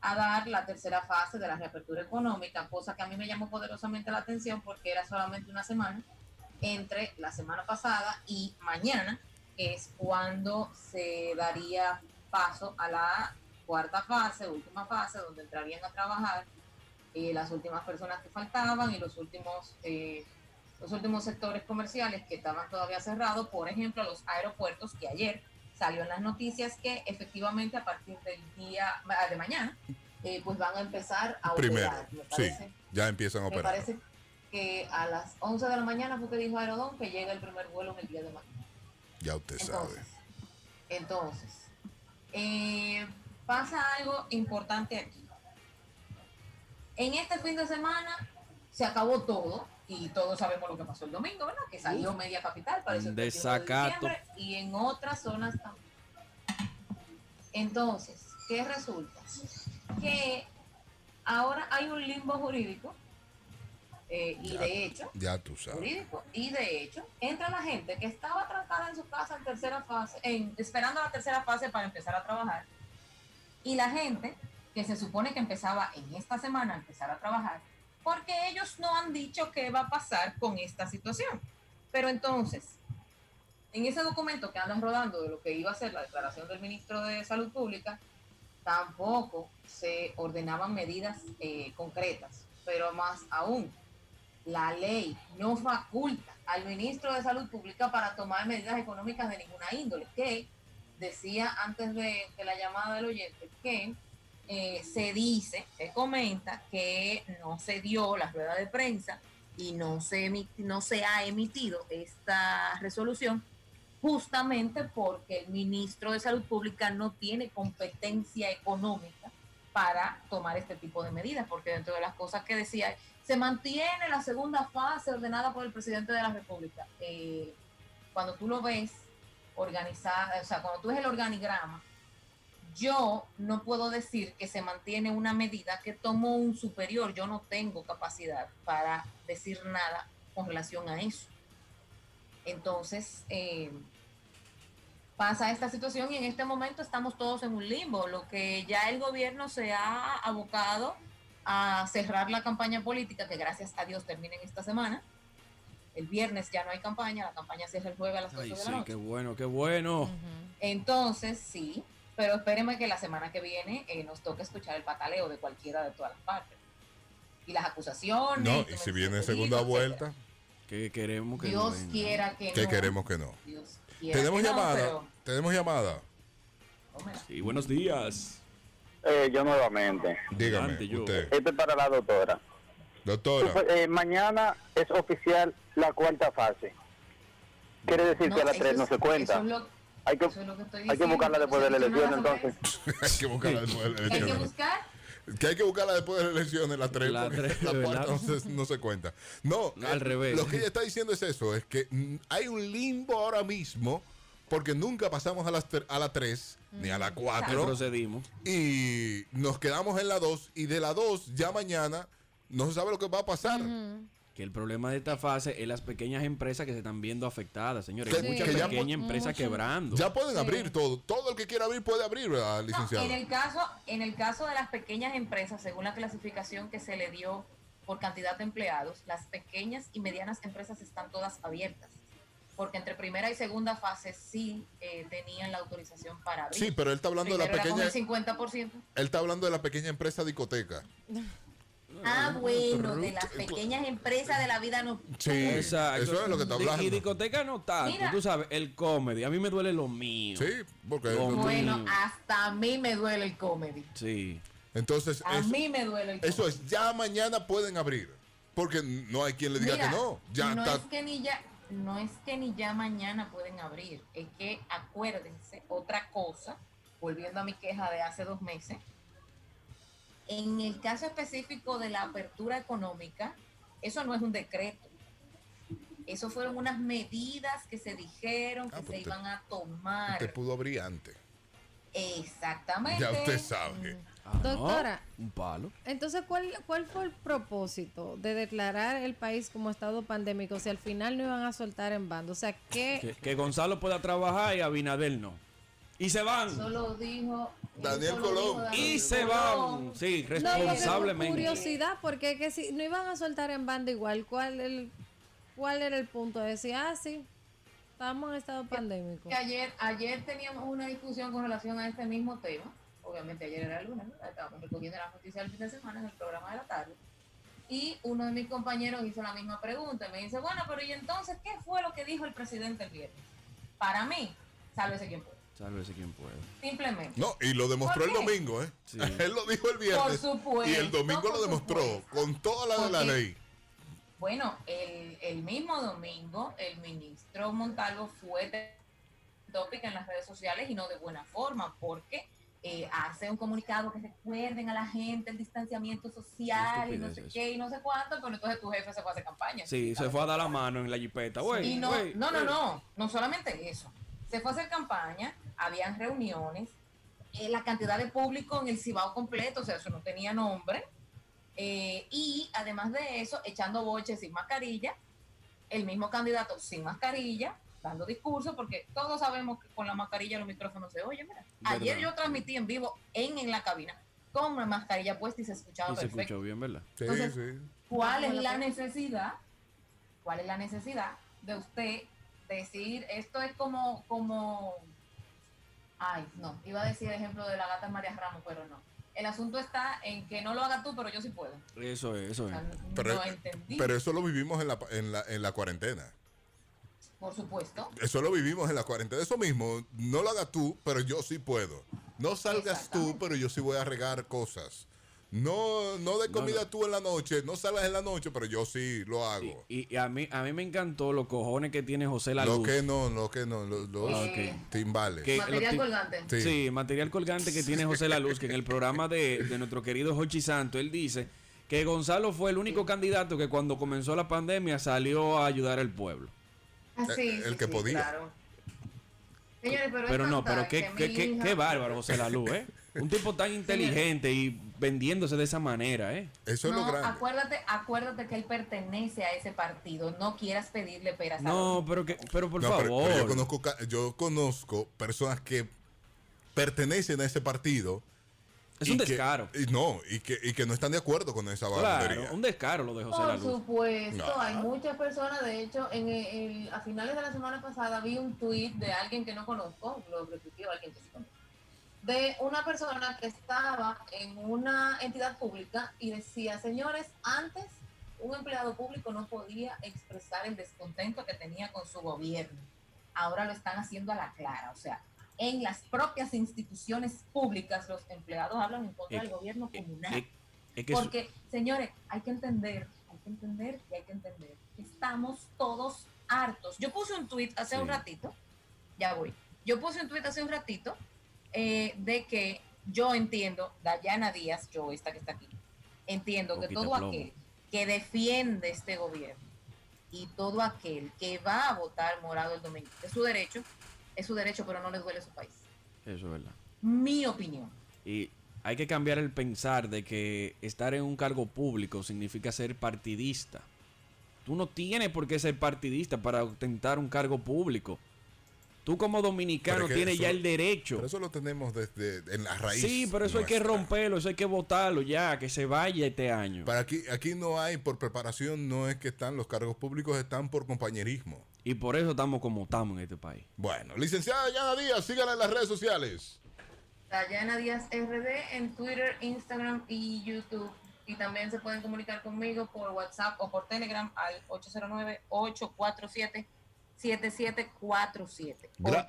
O: a dar la tercera fase de la reapertura económica, cosa que a mí me llamó poderosamente la atención porque era solamente una semana entre la semana pasada y mañana, que es cuando se daría paso a la cuarta fase, última fase, donde entrarían a trabajar eh, las últimas personas que faltaban y los últimos eh, los últimos sectores comerciales que estaban todavía cerrados, por ejemplo, los aeropuertos que ayer salió en las noticias que efectivamente a partir del día ah, de mañana eh, pues van a empezar a
A: Primero.
O: operar. Me
A: Sí.
O: parece,
A: Ya empiezan a
O: me
A: operar.
O: parece que a las 11 de la mañana fue que dijo Aerodón que llega el primer vuelo en el día de mañana.
A: Ya usted sabe.
O: Entonces, eh, pasa algo importante aquí. En este fin de semana se acabó todo y todos sabemos lo que pasó el domingo, ¿verdad? Que salió media capital para eso
C: Un desacato.
O: y en otras zonas también. Entonces, ¿qué resulta? Que ahora hay un limbo jurídico eh, y de hecho
A: Ya tú sabes.
O: jurídico. Y de hecho, entra la gente que estaba trancada en su casa en tercera fase, en, esperando la tercera fase para empezar a trabajar. Y la gente que se supone que empezaba en esta semana a empezar a trabajar, porque ellos no han dicho qué va a pasar con esta situación. Pero entonces, en ese documento que andan rodando de lo que iba a ser la declaración del ministro de Salud Pública, tampoco se ordenaban medidas eh, concretas. Pero más aún, la ley no faculta al ministro de Salud Pública para tomar medidas económicas de ninguna índole, que decía antes de, de la llamada del oyente que eh, se dice, se comenta que no se dio la rueda de prensa y no se, emi- no se ha emitido esta resolución justamente porque el ministro de Salud Pública no tiene competencia económica para tomar este tipo de medidas, porque dentro de las cosas que decía, se mantiene la segunda fase ordenada por el presidente de la República. Eh, cuando tú lo ves organizada, o sea, cuando tú ves el organigrama, yo no puedo decir que se mantiene una medida que tomó un superior, yo no tengo capacidad para decir nada con relación a eso. Entonces, eh, pasa esta situación y en este momento estamos todos en un limbo, lo que ya el gobierno se ha abocado a cerrar la campaña política, que gracias a Dios termina en esta semana. El viernes ya no hay campaña, la campaña cierra el jueves a las 8
C: Ay,
O: de
C: sí,
O: la noche.
C: qué bueno, qué bueno.
O: Entonces, sí, pero espéreme que la semana que viene eh, nos toque escuchar el pataleo de cualquiera de todas las partes. Y las acusaciones.
A: No,
O: tú
A: y
O: me
A: si viene
O: entiendes,
A: segunda
O: etcétera.
A: vuelta.
C: Que queremos
O: que Dios no venga. quiera que
A: Que
O: no.
A: queremos que no.
O: Dios quiera
A: Tenemos
O: que no,
A: llamada.
O: pero-
A: Tenemos llamada.
C: Sí, buenos días.
P: Eh, yo nuevamente.
A: Dígame, usted.
P: Esto es para la doctora.
A: Doctora.
P: Supo- eh, mañana es oficial la cuarta fase. Quiere decir
O: No,
P: que a las
O: eso
P: tres no
O: es-
P: se cuenta.
O: eso es lo-
P: hay que,
O: eso es lo que estoy
P: hay que
O: diciendo,
P: buscarla después de la
O: entonces, tú no
P: elección,
O: vas a
P: entonces.
A: hay que buscarla después de las
O: Hay que
A: elecciones.
O: buscar.
A: Que hay que buscarla después de las elecciones, la 3,
C: La
A: porque
C: tres,
A: la
C: ¿verdad?
A: cuarta no se, no se cuenta. No,
C: No, al
A: eh,
C: revés.
A: Lo que ella está diciendo es eso, es que mm, hay un limbo ahora mismo, porque nunca pasamos a, las tre- a la 3, ni
O: Mm,
A: a la 4.
C: Retrocedimos.
A: Y nos quedamos en la 2, y de la 2 ya mañana no se sabe lo que va a pasar.
C: Que el problema de esta fase es las pequeñas empresas que se están viendo afectadas, señores.
A: Que-
C: Hay muchas
A: que ya
C: pequeñas
A: pu-
C: empresas quebrando.
A: Ya pueden abrir todo. Todo el que quiera abrir puede abrir, ¿verdad, licenciado?
O: En el caso, en el caso de las pequeñas empresas, según la clasificación que se le dio por cantidad de empleados, las pequeñas y medianas empresas están todas abiertas, porque entre primera y segunda fase sí eh, tenían la autorización para abrir.
A: Sí, pero él está hablando de la
O: Primero era
A: pequeña-
O: con el 50%.
A: Él está hablando de la pequeña empresa discoteca.
O: Ah, bueno, de las pequeñas empresas de la vida no.
A: Sí, eso es lo que está
C: Di- Y
A: hablando.
C: discoteca no tanto,
O: Mira.
C: tú sabes, el comedy. A mí me duele lo mío.
A: Sí, porque...
C: Lo
O: Bueno, ah,
C: mío.
O: hasta a mí me duele el comedy.
C: Sí.
A: Entonces,
O: A
A: eso,
O: mí me duele el comedy.
A: eso es, ya mañana pueden abrir. Porque no hay quien le diga
O: Mira,
A: que no. Ya
O: no
A: está.
O: es que ni ya no es que ni ya mañana pueden abrir es que acuérdense otra cosa volviendo a mi queja de hace dos meses en el caso específico de la apertura económica eso no es un decreto eso fueron unas medidas que se dijeron que
A: Ah,
O: se
A: pues te-
O: iban a tomar
A: Usted pudo abrir antes.
O: exactamente
A: Ya usted sabe.
O: Ah,
B: no, Doctora.
C: Un palo.
B: Entonces, ¿cuál, ¿cuál fue el propósito de declarar el país como estado pandémico si al final no iban a soltar en bando? O sea, ¿qué,
C: Que, que Gonzalo pueda trabajar y Abinader no. Y se van.
O: solo dijo
C: Daniel
O: solo dijo Colón. Daniel
C: Y se van. Sí,
B: No, porque por
C: responsablemente.
B: curiosidad, porque es que si no iban a soltar en banda igual, ¿cuál, el, cuál era el punto? De decir, ah, sí, estamos en estado pandémico.
O: que ayer, ayer teníamos una discusión con relación a este mismo tema. Obviamente ayer era lunes, ¿no? estábamos recogiendo las noticias del fin de semana en el programa de la tarde. Y uno de mis compañeros hizo la misma pregunta y me dice, bueno, pero ¿y entonces qué fue lo que dijo el presidente el viernes? Para mí, sálvese quien pueda.
C: Sálvese quien pueda.
O: Simplemente.
A: No, y lo demostró el
O: ¿Por qué?
A: domingo, ¿eh? Él lo dijo el viernes.
O: Por supuesto,
A: y el domingo lo
O: por
A: demostró con toda la de la
O: Porque-
A: ley.
O: Bueno, el, el mismo domingo el ministro Montalvo fue de- tópica en las redes sociales y no de buena forma, porque eh, hace un comunicado que recuerden a la gente el distanciamiento social y no
C: estupidez
O: sé
C: eso.
O: qué y no sé cuánto, pero entonces tu jefe se fue a hacer campaña.
C: Sí, se fue a dar la mano en la jipeta. Güey,
O: Y no,
C: güey,
O: no, no,
C: güey.
O: no, no solamente eso. Se fue a hacer campaña, habían reuniones, eh, la cantidad de público en el Cibao completo, o sea, eso no tenía nombre. Eh, y además de eso, echando boches sin mascarilla, el mismo candidato sin mascarilla, dando discurso, porque todos sabemos que con la mascarilla los micrófonos se oyen. Mira, ayer
C: Verdad.
O: yo transmití en vivo en, en la cabina con la mascarilla puesta y se escuchaba
C: Y se
O: perfecto.
C: escuchó bien, ¿verdad?
A: Sí,
O: Entonces,
A: sí.
O: ¿Cuál es la necesidad? ¿Cuál es la necesidad de usted decir esto es como, como, ay, no, iba a decir el ejemplo de la gata María Ramos, pero no. El asunto está en que no lo haga tú, pero yo sí puedo.
C: Eso es, eso es.
A: Pero, eh,
O: no entendí.
A: pero eso lo vivimos en la, en, la, en la cuarentena.
O: Por supuesto.
A: Eso lo vivimos en la cuarentena. Eso mismo, no lo hagas tú, pero yo sí puedo. No salgas tú, pero yo sí voy a regar cosas. No, no de comida tú en la noche, no salas en la noche, pero yo sí lo hago.
C: Y, y a, mí, a mí me encantó los cojones que tiene José La
A: Lo
C: Luz.
A: que no, lo que no, lo- los
C: Ah, ok.
A: timbales.
C: Que- los
O: Material
C: ti-
O: colgante.
C: Sí. material colgante que tiene José La Luz, que en el programa de, de nuestro querido Jochi Santo, él dice que Gonzalo fue el único candidato que cuando comenzó la pandemia salió a ayudar al pueblo.
O: Así,
C: Eh, El- el
A: Eh,
O: Ah, sí,
C: que
O: sí,
C: podía.
O: claro. Señores, pero,
C: Pero
O: es
C: no, pero
O: cantante,
C: qué, qué,
O: mi
C: qué,
O: hija-
C: qué bárbaro José La Luz, ¿eh? Un tipo tan inteligente y vendiéndose de esa manera, ¿eh?
A: Eso
O: No, acuérdate, acuérdate que él pertenece a ese partido. No quieras pedirle peras. a
C: No, pero que, pero por
A: No, pero-
C: favor.
A: pero yo, conozco, ca- yo conozco personas que pertenecen a ese partido.
C: Es
A: y
C: un
A: que-
C: descaro.
A: y no, y que, y que no están de acuerdo con esa
C: Claro,
A: bandería.
C: un descaro lo de José La Luz.
O: Por supuesto,
A: No.
O: hay muchas personas, de hecho, en el- el- a finales de la semana pasada vi un tweet de alguien que no conozco, lo repitió alguien que sí conozco, de una persona que estaba en una entidad pública y decía, señores, antes un empleado público no podía expresar el descontento que tenía con su gobierno. Ahora lo están haciendo a la clara, o sea, en las propias instituciones públicas los empleados hablan en contra
C: Es-
O: del gobierno comunal.
C: Es- es que su-
O: Porque, señores, hay que entender, hay que entender y hay que entender. que Estamos todos hartos. Yo puse un tuit hace
Q: Sí.
O: un ratito, ya voy. Yo puse un tuit hace un ratito eh, de que yo entiendo, Dayana Díaz, yo esta que está aquí, entiendo que
Q: Poquita
O: todo
Q: plomo.
O: aquel que defiende este gobierno y todo aquel que va a votar morado el domingo, es su derecho, es su derecho, pero no les duele su país.
C: Eso es verdad.
O: Mi opinión.
C: Y hay que cambiar el pensar de que estar en un cargo público significa ser partidista. Tú no tienes por qué ser partidista para ostentar un cargo público. Tú como
A: Pero
C: dominicano
A: es que
C: tienes
A: eso-
C: ya el derecho.
A: Pero eso lo tenemos desde en la raíz.
C: Sí, pero eso hay que
A: nuestra.
C: romperlo, eso hay que votarlo ya, que se vaya este año.
A: Para aquí, aquí no hay por preparación, no es que están los cargos públicos, están por compañerismo.
C: Y por eso estamos como estamos en este país.
A: Bueno, licenciada Yana Díaz, sígala en las redes sociales.
O: Dayana Díaz RD en Twitter, Instagram y YouTube. Y también se pueden comunicar conmigo por WhatsApp o por Telegram al 809-847-7747.
A: Gra-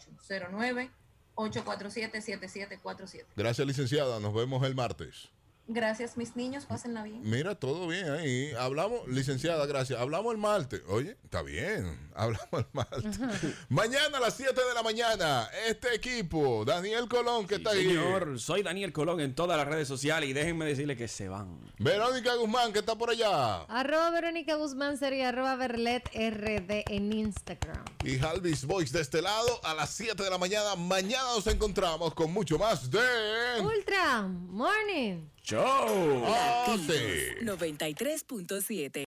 O: 809-847-7747.
A: Gracias, licenciada. Nos vemos el martes.
O: Gracias, mis niños. Pásenla bien.
A: Mira, todo bien ahí. Hablamos, licenciada, gracias. Hablamos el martes. Oye, está bien. Hablamos el martes. mañana a las 7 de la mañana, este equipo, Daniel Colón, que está ahí.
C: Señor, soy Daniel Colón en todas las redes sociales y déjenme decirle que se van.
A: Verónica Guzmán, que está por allá.
B: Arroba Verónica Guzmán sería arroba Verlet RD en Instagram.
A: Y Halvis Voice de este lado a las 7 de la mañana. Mañana nos encontramos con mucho más de.
B: Ultra Morning.
A: ¡Show!
N: Latinos 93.7